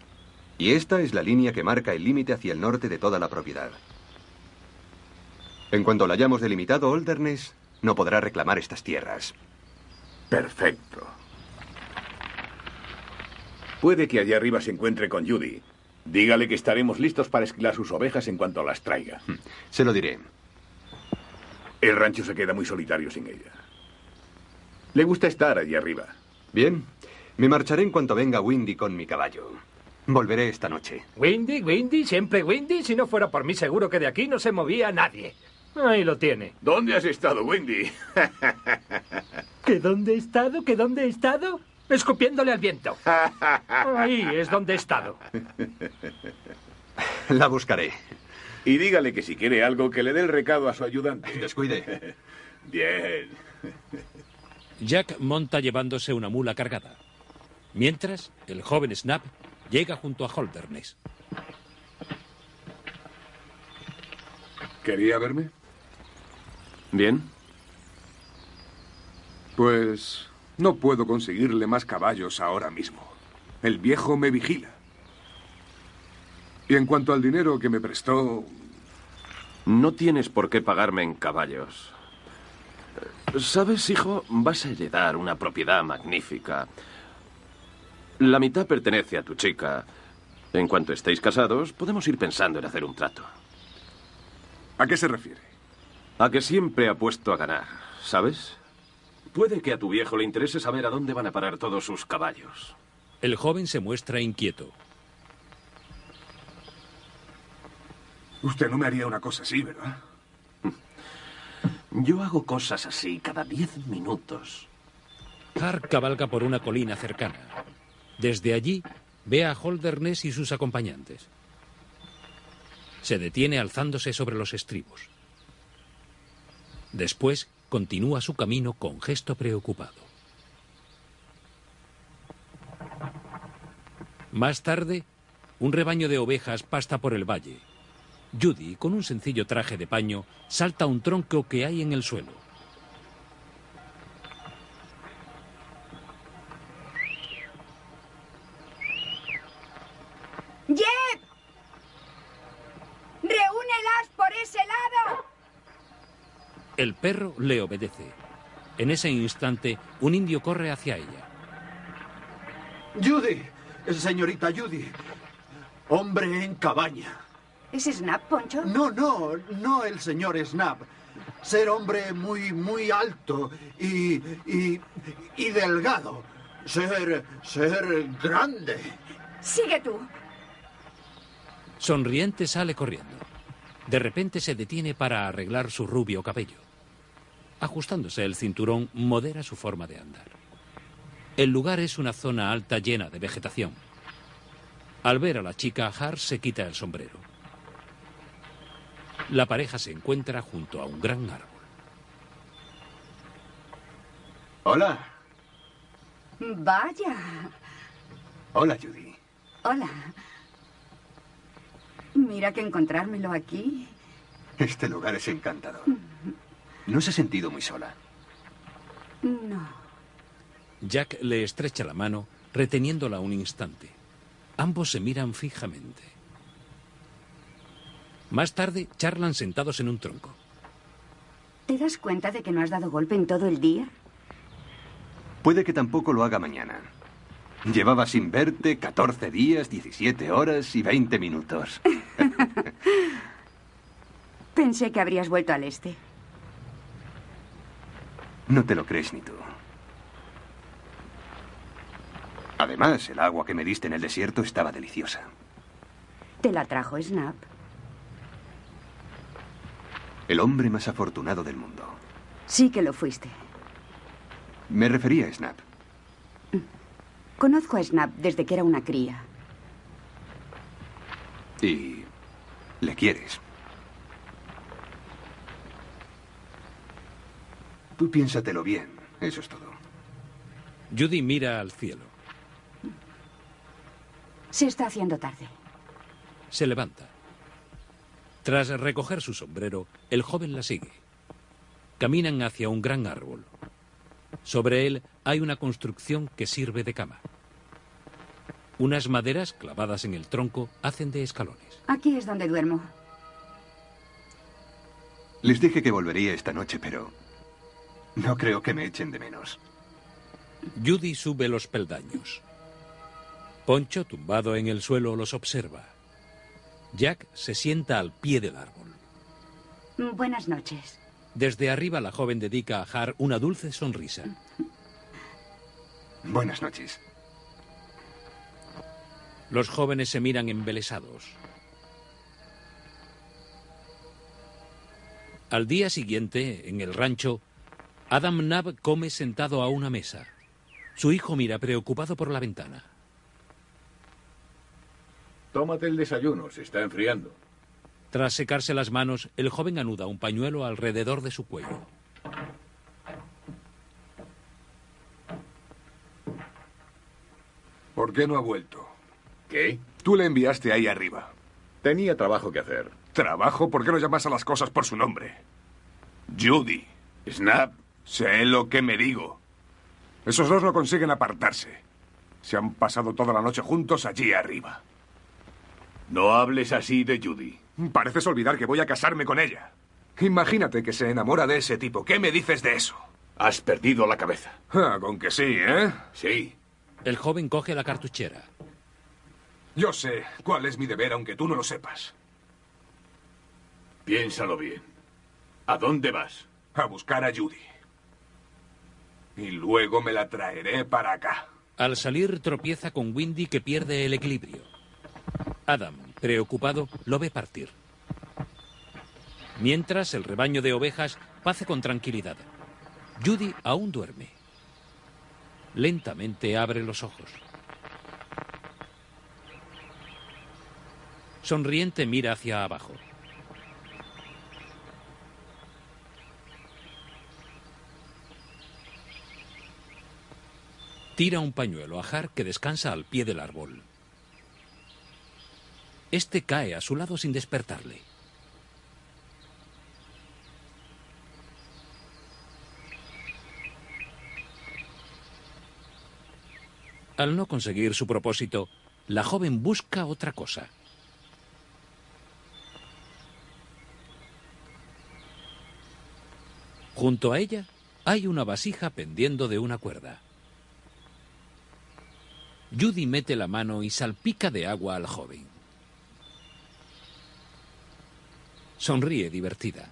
Speaker 13: Y esta es la línea que marca el límite hacia el norte de toda la propiedad. En cuanto la hayamos delimitado, Olderness no podrá reclamar estas tierras.
Speaker 6: Perfecto. Puede que allá arriba se encuentre con Judy. Dígale que estaremos listos para esquilar sus ovejas en cuanto las traiga.
Speaker 13: Hmm, Se lo diré.
Speaker 6: El rancho se queda muy solitario sin ella. Le gusta estar allí arriba.
Speaker 13: Bien, me marcharé en cuanto venga Windy con mi caballo. Volveré esta noche.
Speaker 18: Windy, Windy, siempre Windy. Si no fuera por mí, seguro que de aquí no se movía nadie. Ahí lo tiene.
Speaker 12: ¿Dónde has estado, Wendy?
Speaker 18: ¿Que dónde he estado? ¿Que dónde he estado? Escupiéndole al viento. Ahí es donde he estado.
Speaker 13: La buscaré.
Speaker 6: Y dígale que si quiere algo, que le dé el recado a su ayudante.
Speaker 13: Descuide.
Speaker 6: Bien.
Speaker 3: Jack monta llevándose una mula cargada. Mientras, el joven Snap llega junto a Holderness.
Speaker 2: ¿Quería verme?
Speaker 5: Bien.
Speaker 2: Pues no puedo conseguirle más caballos ahora mismo. El viejo me vigila. Y en cuanto al dinero que me prestó,
Speaker 5: No tienes por qué pagarme en caballos. Sabes, hijo, vas a heredar una propiedad magnífica. La mitad pertenece a tu chica. En cuanto estéis casados, podemos ir pensando en hacer un trato.
Speaker 2: ¿A qué se refiere?
Speaker 5: A que siempre apuesto a ganar, ¿sabes? Puede que a tu viejo le interese saber a dónde van a parar todos sus caballos.
Speaker 3: El joven se muestra inquieto.
Speaker 2: usted no me haría una cosa así, ¿verdad?
Speaker 5: Yo hago cosas así cada diez minutos.
Speaker 3: Clark cabalga por una colina cercana. Desde allí ve a Holderness y sus acompañantes. Se detiene alzándose sobre los estribos. Después continúa su camino con gesto preocupado. Más tarde, un rebaño de ovejas pasta por el valle. Judy, con un sencillo traje de paño, salta un tronco que hay en el suelo.
Speaker 8: ¡Jeb! ¡Reúnelas por ese lado!
Speaker 3: El perro le obedece. En ese instante, un indio corre hacia ella.
Speaker 19: Judy, señorita Judy. Hombre en cabaña.
Speaker 8: ¿Es Snap, Poncho?
Speaker 19: No, no, no el señor Snap. Ser hombre muy, muy alto y, y, y delgado. Ser, ser grande.
Speaker 8: Sigue tú.
Speaker 3: Sonriente sale corriendo. De repente se detiene para arreglar su rubio cabello. Ajustándose el cinturón, modera su forma de andar. El lugar es una zona alta llena de vegetación. Al ver a la chica, Har se quita el sombrero. La pareja se encuentra junto a un gran árbol.
Speaker 13: Hola.
Speaker 8: Vaya.
Speaker 13: Hola, Judy.
Speaker 8: Hola. Mira que encontrármelo aquí.
Speaker 13: Este lugar es encantador. No se ha sentido muy sola.
Speaker 8: No.
Speaker 3: Jack le estrecha la mano, reteniéndola un instante. Ambos se miran fijamente. Más tarde, charlan sentados en un tronco.
Speaker 8: ¿Te das cuenta de que no has dado golpe en todo el día?
Speaker 13: Puede que tampoco lo haga mañana. Llevaba sin verte 14 días, 17 horas y 20 minutos.
Speaker 8: Pensé que habrías vuelto al este.
Speaker 13: No te lo crees ni tú. Además, el agua que me diste en el desierto estaba deliciosa.
Speaker 8: Te la trajo Snap.
Speaker 13: El hombre más afortunado del mundo.
Speaker 8: Sí que lo fuiste.
Speaker 13: Me refería a Snap.
Speaker 8: Conozco a Snap desde que era una cría.
Speaker 13: Y le quieres. Tú piénsatelo bien. Eso es todo.
Speaker 3: Judy mira al cielo.
Speaker 8: Se está haciendo tarde.
Speaker 3: Se levanta. Tras recoger su sombrero, el joven la sigue. Caminan hacia un gran árbol. Sobre él hay una construcción que sirve de cama. Unas maderas clavadas en el tronco hacen de escalones.
Speaker 8: Aquí es donde duermo.
Speaker 13: Les dije que volvería esta noche, pero no creo que me echen de menos.
Speaker 3: Judy sube los peldaños. Poncho, tumbado en el suelo, los observa. Jack se sienta al pie del árbol.
Speaker 8: Buenas noches.
Speaker 3: Desde arriba la joven dedica a Har una dulce sonrisa.
Speaker 13: Buenas noches.
Speaker 3: Los jóvenes se miran embelesados. Al día siguiente, en el rancho, Adam Nab come sentado a una mesa. Su hijo mira preocupado por la ventana.
Speaker 17: Tómate el desayuno, se está enfriando.
Speaker 3: Tras secarse las manos, el joven anuda un pañuelo alrededor de su cuello.
Speaker 17: ¿Por qué no ha vuelto?
Speaker 20: ¿Qué? Tú le enviaste ahí arriba.
Speaker 17: Tenía trabajo que hacer.
Speaker 20: ¿Trabajo? ¿Por qué no llamas a las cosas por su nombre? Judy.
Speaker 17: Snap.
Speaker 20: Sé lo que me digo. Esos dos no consiguen apartarse. Se han pasado toda la noche juntos allí arriba.
Speaker 17: No hables así de Judy.
Speaker 20: Pareces olvidar que voy a casarme con ella. Imagínate que se enamora de ese tipo. ¿Qué me dices de eso?
Speaker 17: Has perdido la cabeza.
Speaker 20: Ah, con que sí, ¿eh?
Speaker 17: Sí.
Speaker 3: El joven coge la cartuchera.
Speaker 20: Yo sé cuál es mi deber, aunque tú no lo sepas.
Speaker 17: Piénsalo bien. ¿A dónde vas?
Speaker 20: A buscar a Judy. Y luego me la traeré para acá.
Speaker 3: Al salir tropieza con Windy que pierde el equilibrio. Adam, preocupado, lo ve partir. Mientras el rebaño de ovejas pase con tranquilidad. Judy aún duerme. Lentamente abre los ojos. Sonriente mira hacia abajo. Tira un pañuelo a Har que descansa al pie del árbol. Este cae a su lado sin despertarle. Al no conseguir su propósito, la joven busca otra cosa. Junto a ella hay una vasija pendiendo de una cuerda. Judy mete la mano y salpica de agua al joven. Sonríe divertida.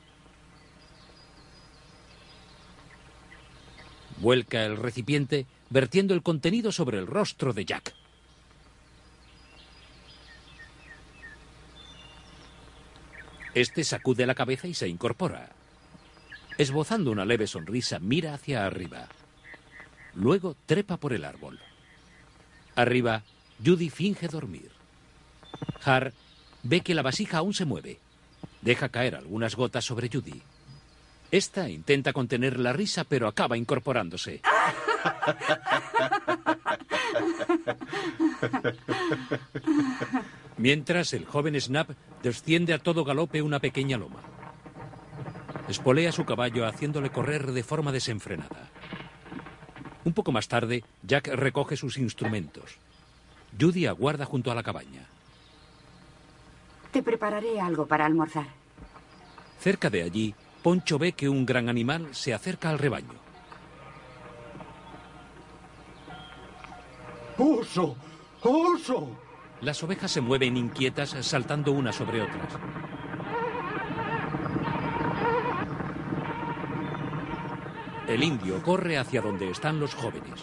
Speaker 3: Vuelca el recipiente, vertiendo el contenido sobre el rostro de Jack. Este sacude la cabeza y se incorpora. Esbozando una leve sonrisa, mira hacia arriba. Luego trepa por el árbol. Arriba, Judy finge dormir. Har ve que la vasija aún se mueve. Deja caer algunas gotas sobre Judy. Esta intenta contener la risa, pero acaba incorporándose. Mientras el joven Snap desciende a todo galope una pequeña loma. Espolea su caballo haciéndole correr de forma desenfrenada. Un poco más tarde, Jack recoge sus instrumentos. Judy aguarda junto a la cabaña.
Speaker 8: Te prepararé algo para almorzar.
Speaker 3: Cerca de allí, Poncho ve que un gran animal se acerca al rebaño.
Speaker 19: ¡Oso! ¡Oso!
Speaker 3: Las ovejas se mueven inquietas saltando unas sobre otras. El indio corre hacia donde están los jóvenes.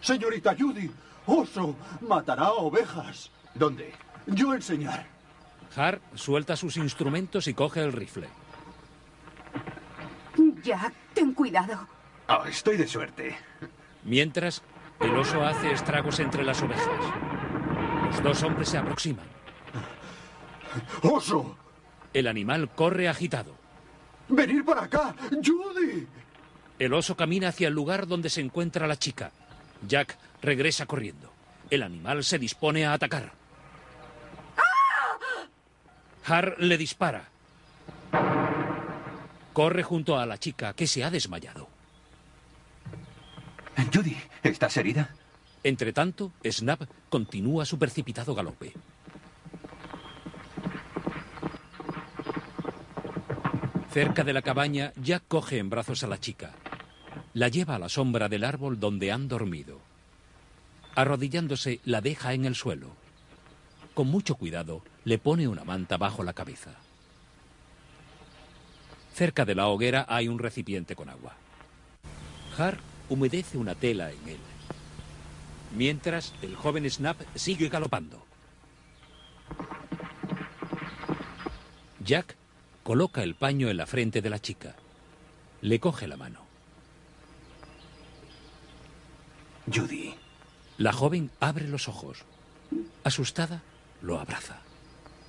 Speaker 19: Señorita Judy, oso matará ovejas. ¿Dónde? Yo enseñar.
Speaker 3: Har suelta sus instrumentos y coge el rifle.
Speaker 8: Jack, ten cuidado.
Speaker 21: Ah, estoy de suerte.
Speaker 3: Mientras, el oso hace estragos entre las ovejas. Los dos hombres se aproximan.
Speaker 19: ¡Oso!
Speaker 3: El animal corre agitado.
Speaker 19: ¡Venir para acá! ¡Judy!
Speaker 3: El oso camina hacia el lugar donde se encuentra la chica. Jack regresa corriendo. El animal se dispone a atacar. Har le dispara. Corre junto a la chica que se ha desmayado.
Speaker 21: Judy, ¿estás herida?
Speaker 3: Entre tanto, Snap continúa su precipitado galope. Cerca de la cabaña, Jack coge en brazos a la chica. La lleva a la sombra del árbol donde han dormido. Arrodillándose, la deja en el suelo. Con mucho cuidado, le pone una manta bajo la cabeza. Cerca de la hoguera hay un recipiente con agua. Har humedece una tela en él. Mientras, el joven Snap sigue galopando. Jack coloca el paño en la frente de la chica. Le coge la mano.
Speaker 21: Judy.
Speaker 3: La joven abre los ojos. Asustada, lo abraza.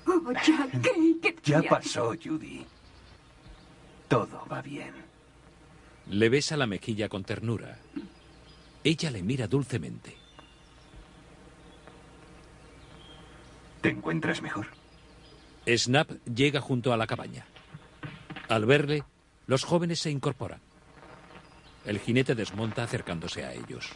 Speaker 8: Oh, Jack, creí que...
Speaker 21: Ya
Speaker 8: Jack.
Speaker 21: pasó, Judy. Todo va bien.
Speaker 3: Le besa la mejilla con ternura. Ella le mira dulcemente.
Speaker 21: ¿Te encuentras mejor?
Speaker 3: Snap llega junto a la cabaña. Al verle, los jóvenes se incorporan. El jinete desmonta acercándose a ellos.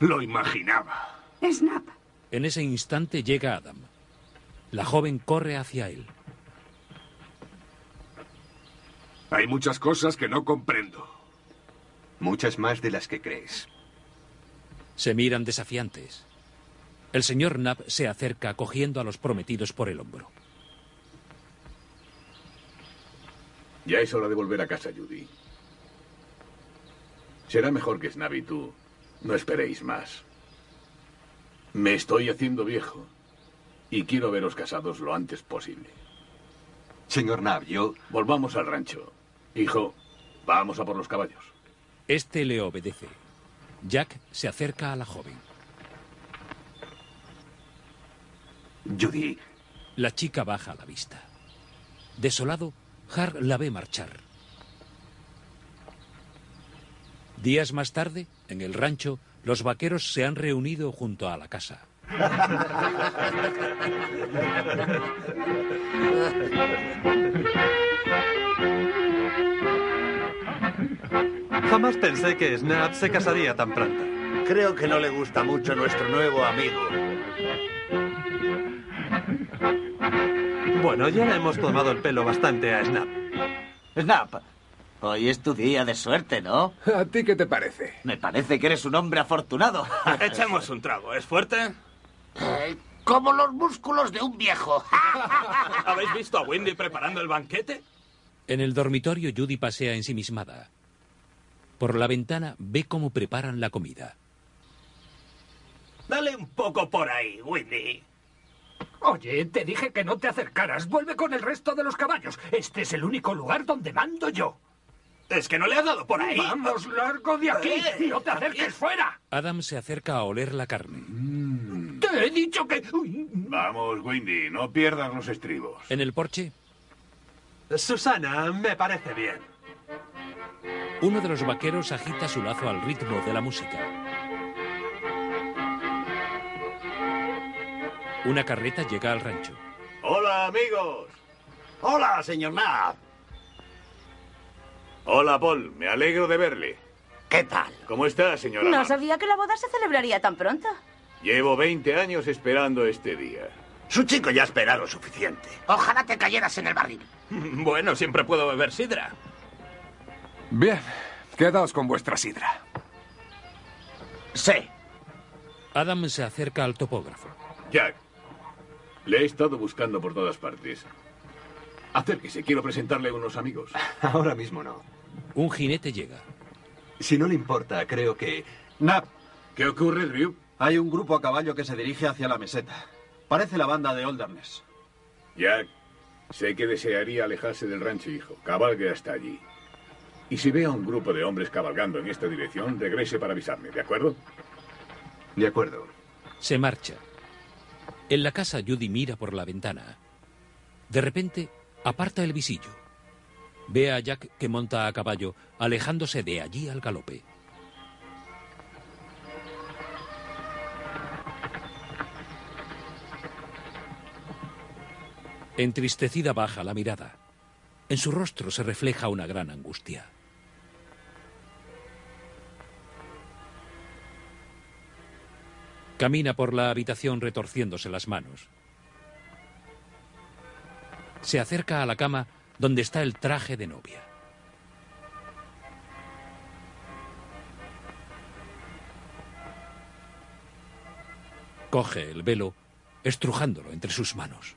Speaker 6: Lo imaginaba.
Speaker 8: Snap,
Speaker 3: En ese instante llega Adam. La joven corre hacia él.
Speaker 22: Hay muchas cosas que no comprendo.
Speaker 21: Muchas más de las que crees.
Speaker 3: Se miran desafiantes. El señor Knapp se acerca cogiendo a los prometidos por el hombro.
Speaker 6: Ya es hora de volver a casa, Judy. Será mejor que Snap y tú no esperéis más. Me estoy haciendo viejo y quiero veros casados lo antes posible.
Speaker 21: Señor Knapp, yo...
Speaker 6: Volvamos al rancho. Hijo, vamos a por los caballos.
Speaker 3: Este le obedece. Jack se acerca a la joven.
Speaker 21: Judy.
Speaker 3: La chica baja la vista. Desolado, Har la ve marchar. Días más tarde, en el rancho, los vaqueros se han reunido junto a la casa.
Speaker 17: Jamás pensé que Snap se casaría tan pronto.
Speaker 13: Creo que no le gusta mucho nuestro nuevo amigo.
Speaker 17: Bueno, ya le hemos tomado el pelo bastante a Snap.
Speaker 23: Snap, hoy es tu día de suerte, ¿no?
Speaker 2: ¿A ti qué te parece?
Speaker 23: Me parece que eres un hombre afortunado. Eh,
Speaker 17: Echemos un trago, ¿es fuerte?
Speaker 24: Como los músculos de un viejo.
Speaker 17: ¿Habéis visto a Wendy preparando el banquete?
Speaker 3: En el dormitorio, Judy pasea ensimismada. Por la ventana ve cómo preparan la comida.
Speaker 25: Dale un poco por ahí, Wendy.
Speaker 9: Oye, te dije que no te acercaras. Vuelve con el resto de los caballos. Este es el único lugar donde mando yo.
Speaker 25: Es que no le has dado por ahí.
Speaker 9: Vamos, largo de aquí.
Speaker 25: Eh,
Speaker 9: No te acerques fuera.
Speaker 3: Adam se acerca a oler la carne.
Speaker 9: Te he dicho que...
Speaker 6: Mm. Vamos, Windy, no pierdas los estribos.
Speaker 3: En el porche,
Speaker 17: Susana, me parece bien.
Speaker 3: uno de los vaqueros agita su lazo al ritmo de la música. Una carreta llega al rancho.
Speaker 6: Hola, amigos.
Speaker 13: Hola, señor Knapp.
Speaker 6: Hola, Paul. Me alegro de verle.
Speaker 13: ¿Qué tal?
Speaker 6: ¿Cómo está, señora?
Speaker 26: No
Speaker 6: Mann?
Speaker 26: sabía que la boda se celebraría tan pronto.
Speaker 6: Llevo 20 años esperando este día.
Speaker 27: Su chico ya ha esperado suficiente.
Speaker 28: Ojalá te cayeras en el barril.
Speaker 9: Bueno, siempre puedo beber sidra.
Speaker 20: Bien, quedaos con vuestra sidra.
Speaker 9: Sí.
Speaker 3: Adam se acerca al topógrafo.
Speaker 6: Jack, le he estado buscando por todas partes. Acérquese, quiero presentarle a unos amigos.
Speaker 13: Ahora mismo no.
Speaker 3: Un jinete llega.
Speaker 13: Si no le importa, creo que...
Speaker 19: Nap.
Speaker 6: ¿Qué ocurre, Drew?
Speaker 19: Hay un grupo a caballo que se dirige hacia la meseta. Parece la banda de Olderness.
Speaker 6: Jack, sé que desearía alejarse del rancho, hijo. Cabalgue hasta allí. Y si ve a un grupo de hombres cabalgando en esta dirección, regrese para avisarme, ¿de acuerdo?
Speaker 13: De acuerdo.
Speaker 3: Se marcha. En la casa, Judy mira por la ventana. De repente, aparta el visillo. Ve a Jack que monta a caballo, alejándose de allí al galope. Entristecida baja la mirada. En su rostro se refleja una gran angustia. Camina por la habitación retorciéndose las manos. Se acerca a la cama donde está el traje de novia. Coge el velo, estrujándolo entre sus manos.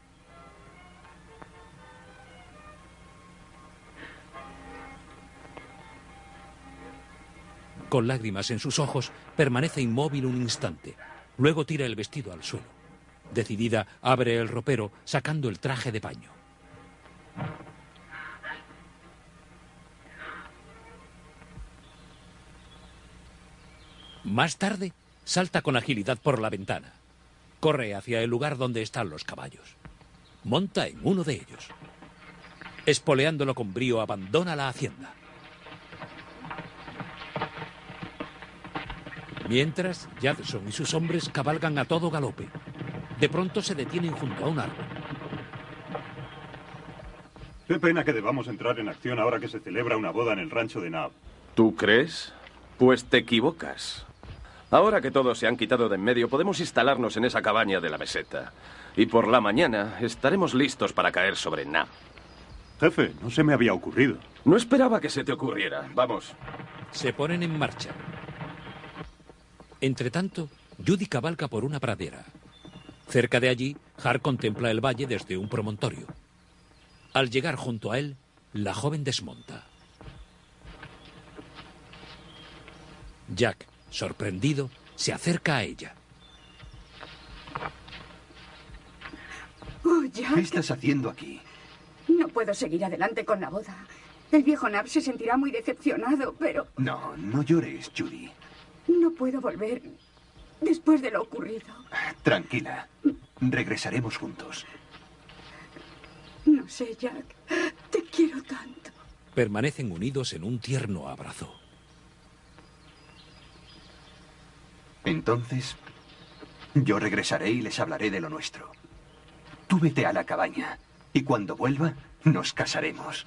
Speaker 3: Con lágrimas en sus ojos, permanece inmóvil un instante. Luego tira el vestido al suelo. Decidida, abre el ropero, sacando el traje de paño. Más tarde, salta con agilidad por la ventana. Corre hacia el lugar donde están los caballos. Monta en uno de ellos. Espoleándolo con brío, abandona la hacienda. Mientras, Jadson y sus hombres cabalgan a todo galope. De pronto se detienen junto a un árbol.
Speaker 4: Qué pena que debamos entrar en acción ahora que se celebra una boda en el rancho de Nab.
Speaker 5: ¿Tú crees? Pues te equivocas. Ahora que todos se han quitado de en medio, podemos instalarnos en esa cabaña de la meseta. Y por la mañana estaremos listos para caer sobre Nab.
Speaker 4: Jefe, no se me había ocurrido.
Speaker 5: No esperaba que se te ocurriera. Vamos.
Speaker 3: Se ponen en marcha. Entre tanto, Judy cabalga por una pradera. Cerca de allí, Har contempla el valle desde un promontorio. Al llegar junto a él, la joven desmonta. Jack, sorprendido, se acerca a ella.
Speaker 8: Oh, Jack,
Speaker 13: ¿Qué estás haciendo aquí?
Speaker 8: no puedo seguir adelante con la boda. El viejo Nab se sentirá muy decepcionado, pero
Speaker 13: No, no llores, Judy.
Speaker 8: no puedo volver después de lo ocurrido.
Speaker 13: Tranquila. Regresaremos juntos.
Speaker 8: No sé, Jack. Te quiero tanto.
Speaker 3: Permanecen unidos en un tierno abrazo.
Speaker 13: Entonces, yo regresaré y les hablaré de lo nuestro. Tú vete a la cabaña y cuando vuelva, nos casaremos.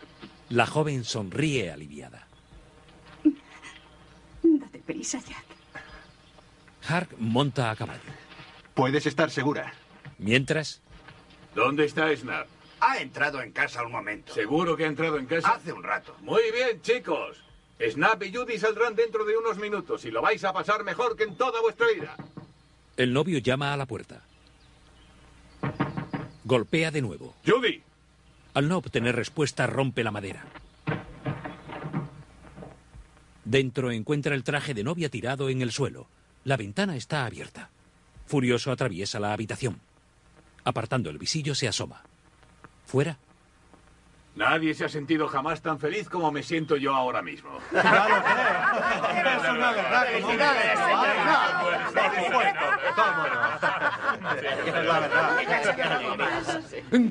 Speaker 3: La joven sonríe aliviada.
Speaker 8: Date prisa, Jack.
Speaker 3: Hark monta a caballo.
Speaker 13: Puedes estar segura.
Speaker 3: Mientras,
Speaker 6: ¿Dónde está Snap?
Speaker 27: Ha entrado en casa un momento.
Speaker 6: Seguro que ha entrado en casa.
Speaker 27: Hace un rato.
Speaker 6: Muy bien, chicos. Snap y Judy saldrán dentro de unos minutos y lo vais a pasar mejor que en toda vuestra vida.
Speaker 3: el novio llama a la puerta. Golpea de nuevo.
Speaker 6: ¡Judy!
Speaker 3: Al no obtener respuesta, rompe la madera. Dentro encuentra el traje de novia tirado en el suelo. La ventana está abierta. Furioso atraviesa la habitación. Apartando el visillo, se asoma. Fuera,
Speaker 6: Nadie se ha sentido jamás tan feliz como me siento yo ahora mismo.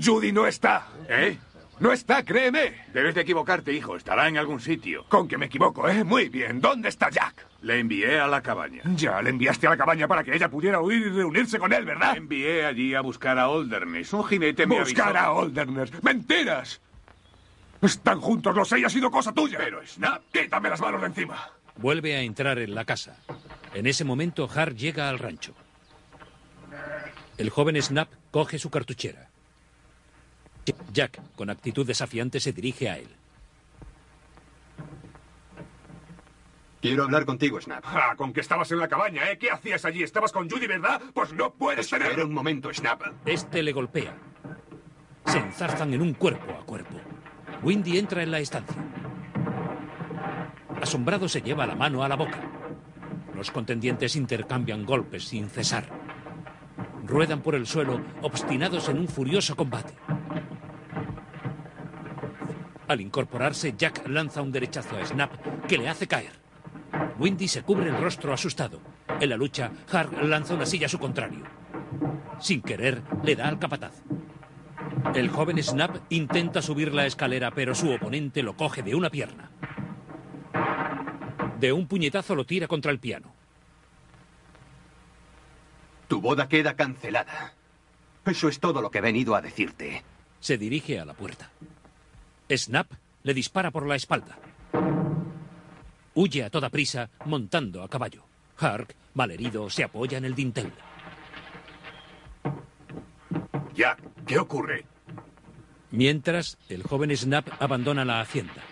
Speaker 20: Judy no está.
Speaker 6: ¿Eh?
Speaker 20: No está, créeme.
Speaker 6: Debes de equivocarte, hijo. Estará en algún sitio.
Speaker 20: Con que me equivoco, ¿eh? Muy bien. ¿Dónde está Jack?
Speaker 6: Le envié a la cabaña.
Speaker 20: Ya le enviaste a la cabaña para que ella pudiera huir y reunirse con él,
Speaker 6: La
Speaker 20: ¿verdad?
Speaker 6: envié allí a buscar a Olderness. Un jinete me
Speaker 20: Buscar
Speaker 6: avisó.
Speaker 20: a Olderness. ¡Mentiras! Están juntos, lo sé, y ha sido cosa tuya.
Speaker 6: Pero Snap,
Speaker 20: Quítame las manos de encima.
Speaker 3: vuelve a entrar en la casa. En ese momento, Har llega al rancho. El joven Snap coge su cartuchera. Jack, con actitud desafiante, se dirige a él.
Speaker 13: Quiero hablar contigo, Snap.
Speaker 20: Ah, con que estabas en la cabaña, ¿eh? ¿Qué hacías allí? ¿Estabas con Judy, verdad? Pues no puedes tener...
Speaker 13: Espera un momento, Snap.
Speaker 3: Este le golpea. Se enzarzan en un cuerpo a cuerpo. Windy entra en la estancia. Asombrado se lleva la mano a la boca. Los contendientes intercambian golpes sin cesar. Ruedan por el suelo, obstinados en un furioso combate. Al incorporarse, Jack lanza un derechazo a Snap que le hace caer. Windy se cubre el rostro asustado. En la lucha, Hark lanza una silla a su contrario. Sin querer, le da al capataz. El joven Snap intenta subir la escalera, pero su oponente lo coge de una pierna. De un puñetazo lo tira contra el piano.
Speaker 13: Tu boda queda cancelada. Eso es todo lo que he venido a decirte.
Speaker 3: Se dirige a la puerta. Snap le dispara por la espalda. Huye a toda prisa, montando a caballo. Hark, malherido, se apoya en el dintel.
Speaker 17: Jack, ¿qué ocurre?
Speaker 3: Mientras, el joven Snap abandona la hacienda.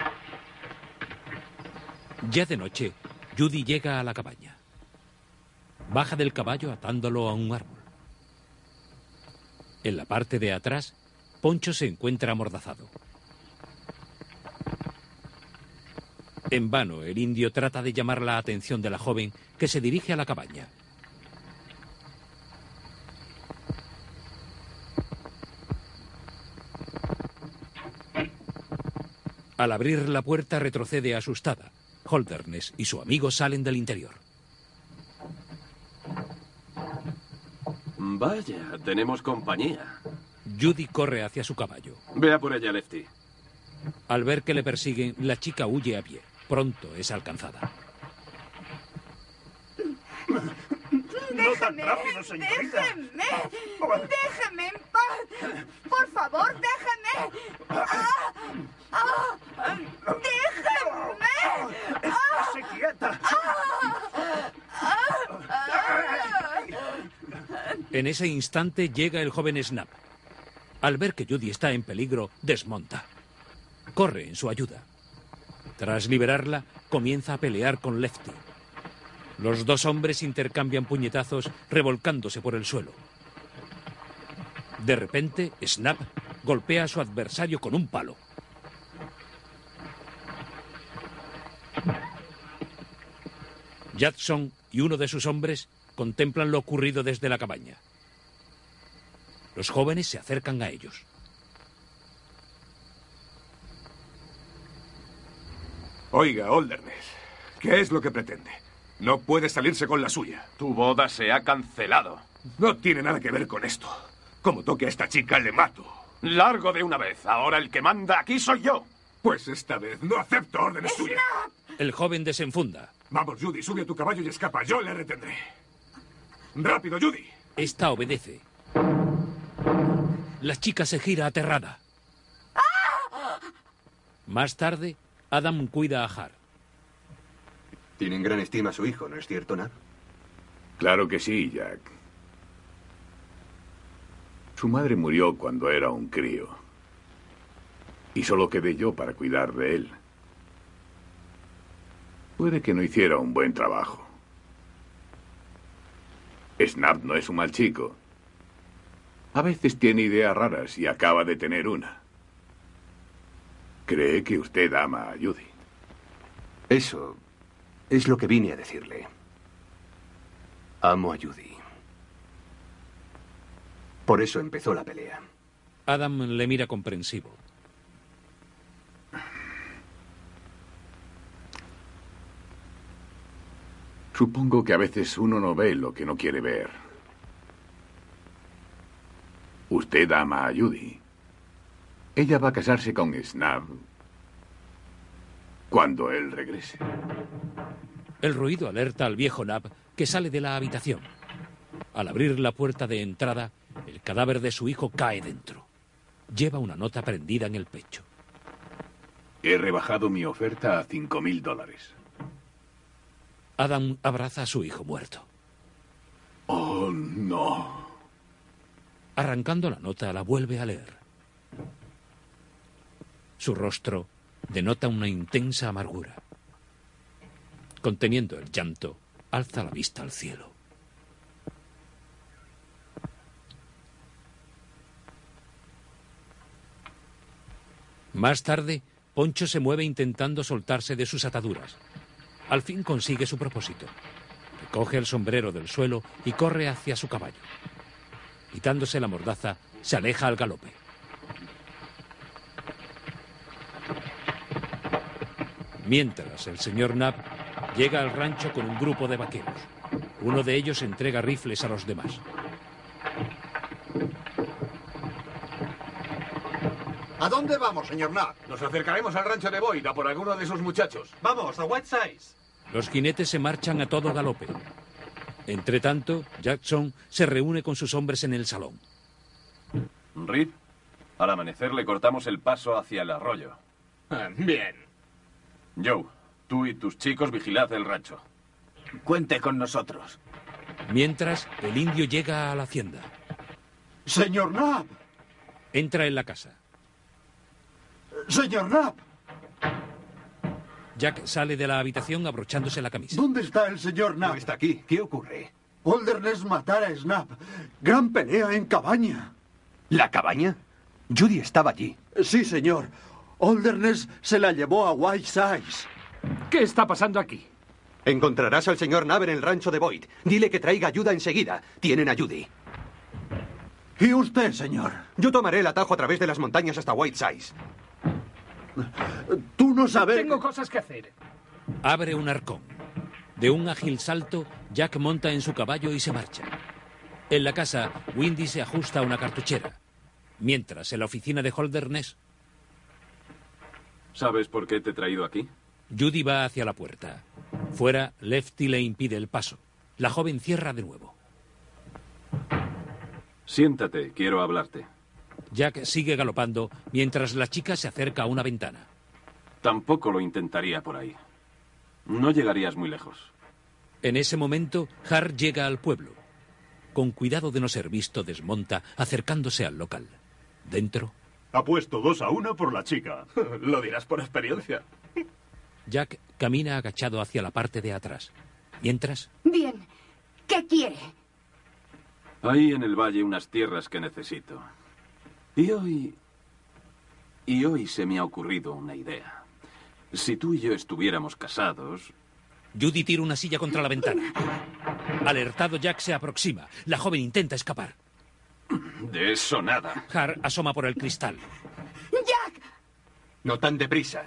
Speaker 3: Ya de noche, Judy llega a la cabaña. Baja del caballo atándolo a un árbol. En la parte de atrás, Poncho se encuentra amordazado. En vano, el indio trata de llamar la atención de la joven que se dirige a la cabaña. Al abrir la puerta retrocede asustada. Holderness y su amigo salen del interior.
Speaker 5: Vaya, tenemos compañía.
Speaker 3: Judy corre hacia su caballo.
Speaker 5: Vea por ella, Lefty.
Speaker 3: Al ver que le persiguen, la chica huye a pie. Pronto es alcanzada.
Speaker 17: no tan rápido, señorita. Ah,
Speaker 1: ¡Déjeme! ¡Déjeme en paz! ¡Por favor, déjeme! ¡Ah! ¡Ah! ¡Déjeme! Ah,
Speaker 17: ¡Estáse quieta!
Speaker 3: En ese instante llega el joven Snap. Al ver que Judy está en peligro, desmonta. Corre en su ayuda. Tras liberarla, comienza a pelear con Lefty. Los dos hombres intercambian puñetazos revolcándose por el suelo. De repente, Snap golpea a su adversario con un palo. Jackson y uno de sus hombres contemplan lo ocurrido desde la cabaña. Los jóvenes se acercan a ellos.
Speaker 20: Oiga, Holderness, ¿qué es lo que pretende? No puede salirse con la suya.
Speaker 5: Tu boda se ha cancelado.
Speaker 20: No tiene nada que ver con esto. Como toque a esta chica, le mato.
Speaker 5: Largo de una vez. Ahora el que manda aquí soy yo.
Speaker 20: Pues esta vez no acepto órdenes suyas.
Speaker 3: El joven desenfunda.
Speaker 20: Vamos, Judy, sube a tu caballo y escapa. Yo le retendré. ¡Rápido, Judy!
Speaker 3: Esta obedece. La chica se gira aterrada. Más tarde, Adam cuida a Har.
Speaker 13: Tiene en gran estima a su hijo, ¿no es cierto, Nab?
Speaker 6: Claro que sí, Jack. Su madre murió cuando era un crío. Y solo quedé yo para cuidar de él. Puede que no hiciera un buen trabajo. Snap no es un mal chico. A veces tiene ideas raras y acaba de tener una. Cree que usted ama a Judy.
Speaker 13: Eso es lo que vine a decirle. Amo a Judy. Por eso empezó la pelea.
Speaker 3: Adam le mira comprensivo.
Speaker 6: Supongo que a veces uno no ve lo que no quiere ver. Usted ama a Judy. Ella va a casarse con Snap cuando él regrese.
Speaker 3: El ruido alerta al viejo Nab, que sale de la habitación. Al abrir la puerta de entrada, el cadáver de su hijo cae dentro. Lleva una nota prendida en el pecho.
Speaker 6: He rebajado mi oferta a cinco mil dólares.
Speaker 3: Adam abraza a su hijo muerto.
Speaker 6: Oh, no.
Speaker 3: Arrancando la nota, la vuelve a leer. Su rostro denota una intensa amargura. Conteniendo el llanto, alza la vista al cielo. Más tarde, Poncho se mueve intentando soltarse de sus ataduras. Al fin consigue su propósito. Recoge el sombrero del suelo y corre hacia su caballo. Quitándose la mordaza, se aleja al galope. Mientras, el señor Knapp llega al rancho con un grupo de vaqueros. Uno de ellos entrega rifles a los demás.
Speaker 7: ¿A dónde vamos, señor Knapp?
Speaker 10: Nos acercaremos al rancho de Boyd a por alguno de sus muchachos. Vamos, a Whitesides.
Speaker 3: Los jinetes se marchan a todo galope. Entre tanto, Jackson se reúne con sus hombres en el salón.
Speaker 5: Reed, al amanecer le cortamos el paso hacia el arroyo.
Speaker 16: Bien.
Speaker 5: Joe, tú y tus chicos vigilad el rancho.
Speaker 29: Cuente con nosotros.
Speaker 3: Mientras, el indio llega a la hacienda.
Speaker 19: Señor Knapp,
Speaker 3: Entra en la casa.
Speaker 19: señor Knapp,
Speaker 3: Jack sale de la habitación abrochándose la camisa.
Speaker 19: ¿dónde está el señor Knapp? No está aquí. ¿Qué ocurre? Holderness matará a Snap. Gran pelea en cabaña.
Speaker 13: ¿La cabaña? Judy estaba allí.
Speaker 19: Sí, señor. Holderness se la llevó a White Size.
Speaker 18: ¿Qué está pasando aquí?
Speaker 13: Encontrarás al señor Nave en el rancho de Boyd. Dile que traiga ayuda enseguida. Tienen a Judy.
Speaker 19: ¿Y usted, señor?
Speaker 13: Yo tomaré el atajo a través de las montañas hasta Whitesides.
Speaker 19: Tú no sabes.
Speaker 18: Tengo cosas que hacer.
Speaker 3: Abre un arcón. De un ágil salto, Jack monta en su caballo y se marcha. En la casa, Windy se ajusta a una cartuchera. Mientras, en la oficina de Holderness,
Speaker 5: ¿Sabes por qué te he traído aquí?
Speaker 3: Judy va hacia la puerta. Fuera, Lefty le impide el paso. La joven cierra de nuevo.
Speaker 5: Siéntate, quiero hablarte.
Speaker 3: Jack sigue galopando mientras la chica se acerca a una ventana.
Speaker 5: Tampoco lo intentaría por ahí. No llegarías muy lejos.
Speaker 3: En ese momento, Har llega al pueblo. Con cuidado de no ser visto, desmonta, acercándose al local. Dentro,
Speaker 4: Apuesto dos a una por la chica. Lo dirás por experiencia.
Speaker 3: Jack camina agachado hacia la parte de atrás. Mientras,
Speaker 8: Bien. ¿Qué quiere?
Speaker 5: Hay en el valle unas tierras que necesito. Y hoy... Y hoy se me ha ocurrido una idea. Si tú y yo estuviéramos casados...
Speaker 3: Judy tira una silla contra la ventana. alertado, Jack se aproxima. La joven intenta escapar.
Speaker 5: De eso nada.
Speaker 3: Har asoma por el cristal.
Speaker 8: ¡Jack!
Speaker 13: No tan deprisa.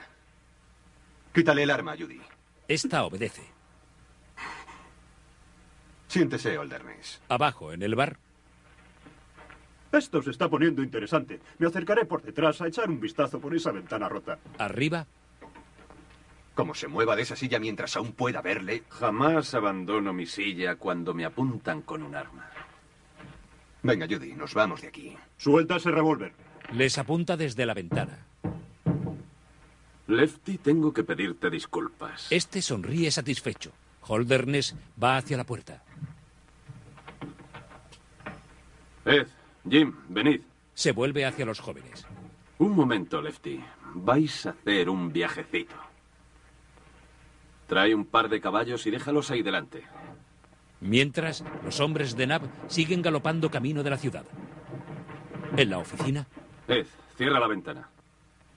Speaker 13: Quítale el arma, Judy.
Speaker 3: Esta obedece.
Speaker 13: Siéntese, Holderness.
Speaker 3: Abajo, en el bar,
Speaker 4: Esto se está poniendo interesante. Me acercaré por detrás a echar un vistazo por esa ventana rota.
Speaker 3: Arriba.
Speaker 13: Como se mueva de esa silla mientras aún pueda verle.
Speaker 5: Jamás abandono mi silla cuando me apuntan con un arma.
Speaker 13: Venga, Judy, nos vamos de aquí.
Speaker 4: Suelta ese revólver.
Speaker 3: les apunta desde la ventana.
Speaker 5: Lefty, tengo que pedirte disculpas.
Speaker 3: Este sonríe satisfecho. Holderness va hacia la puerta.
Speaker 5: Ed, Eh, Jim, venid.
Speaker 3: Se vuelve hacia los jóvenes.
Speaker 5: Un momento, Lefty. Vais a hacer un viajecito. Trae un par de caballos y déjalos ahí delante.
Speaker 3: Mientras, los hombres de Nab siguen galopando camino de la ciudad. En la oficina,
Speaker 5: Ed, cierra la ventana.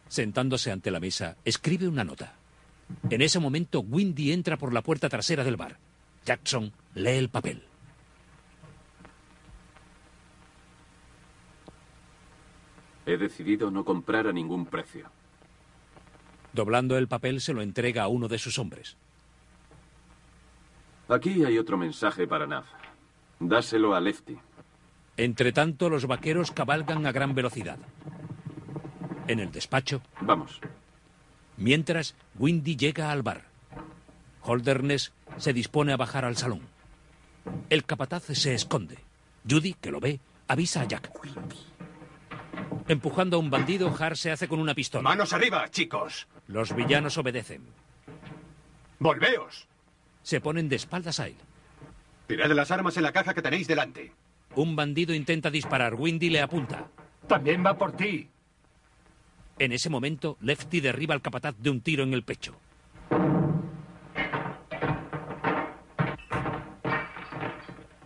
Speaker 3: sentándose ante la mesa, escribe una nota. En ese momento, Windy entra por la puerta trasera del bar. Jackson lee el papel.
Speaker 5: He decidido no comprar a ningún precio.
Speaker 3: Doblando el papel, se lo entrega a uno de sus hombres.
Speaker 5: Aquí hay otro mensaje para Nav. Dáselo a Lefty.
Speaker 3: Entre tanto, los vaqueros cabalgan a gran velocidad. En el despacho,
Speaker 5: Vamos.
Speaker 3: mientras, Windy llega al bar. Holderness se dispone a bajar al salón. El capataz se esconde. Judy, que lo ve, avisa a Jack. Empujando a un bandido, Har se hace con una pistola.
Speaker 13: Manos arriba, chicos.
Speaker 3: Los villanos obedecen.
Speaker 13: Volveos.
Speaker 3: Se ponen de espaldas a él.
Speaker 13: Tirad las armas en la caja que tenéis delante.
Speaker 3: Un bandido intenta disparar. Windy le apunta. También va por ti. En ese momento, Lefty derriba al capataz de un tiro en el pecho.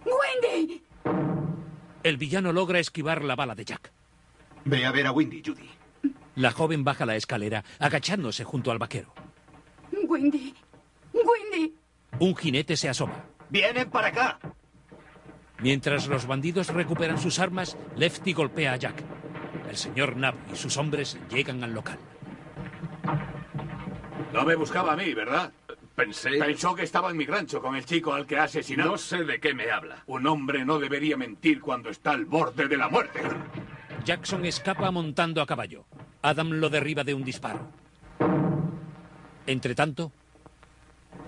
Speaker 1: ¡Wendy!
Speaker 3: El villano logra esquivar la bala de Jack.
Speaker 11: Ve a ver a Windy, Judy.
Speaker 3: La joven baja la escalera, agachándose junto al vaquero.
Speaker 1: ¡Wendy! ¡Wendy!
Speaker 3: Un jinete se asoma.
Speaker 11: Vienen para acá.
Speaker 3: Mientras los bandidos recuperan sus armas, Lefty golpea a Jack. El señor Knapp y sus hombres llegan al local.
Speaker 12: No me buscaba a mí, ¿verdad? Pensé. Pensó que estaba en mi rancho con el chico al que ha asesinado. No sé de qué me habla. Un hombre no debería mentir cuando está al borde de la muerte.
Speaker 3: Jackson escapa montando a caballo. Adam lo derriba de un disparo. Entre tanto,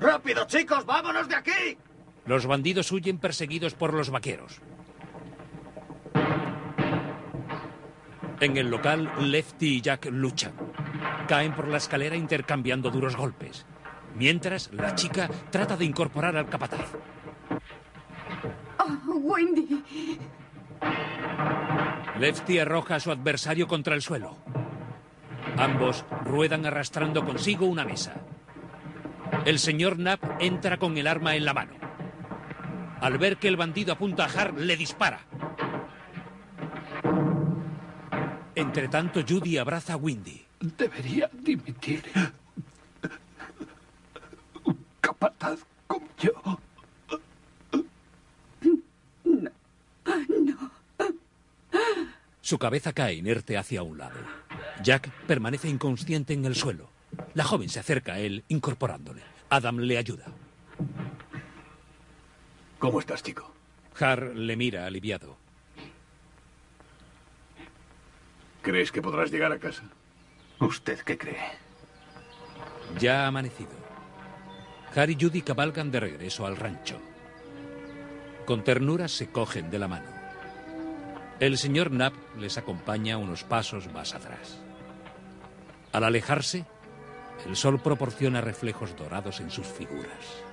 Speaker 15: ¡Rápido, chicos! ¡Vámonos de aquí!
Speaker 3: los bandidos huyen perseguidos por los vaqueros. En el local, Lefty y Jack luchan. Caen por la escalera intercambiando duros golpes. Mientras, la chica trata de incorporar al capataz.
Speaker 1: ¡Oh, Wendy!
Speaker 3: Lefty arroja a su adversario contra el suelo. Ambos ruedan arrastrando consigo una mesa. El señor Knapp entra con el arma en la mano. Al ver que el bandido apunta a Hart, le dispara. Entre tanto, Judy abraza a Windy.
Speaker 9: Debería dimitir. Un capataz como yo.
Speaker 3: Su cabeza cae inerte hacia un lado. Jack permanece inconsciente en el suelo. La joven se acerca a él, incorporándole. Adam le ayuda.
Speaker 17: ¿Cómo estás, chico?
Speaker 3: Har le mira aliviado.
Speaker 17: ¿Crees que podrás llegar a casa?
Speaker 3: ¿Usted qué cree? Ya ha amanecido. Har y Judy cabalgan de regreso al rancho. Con ternura se cogen de la mano. El señor Knapp les acompaña unos pasos más atrás. Al alejarse, el sol proporciona reflejos dorados en sus figuras.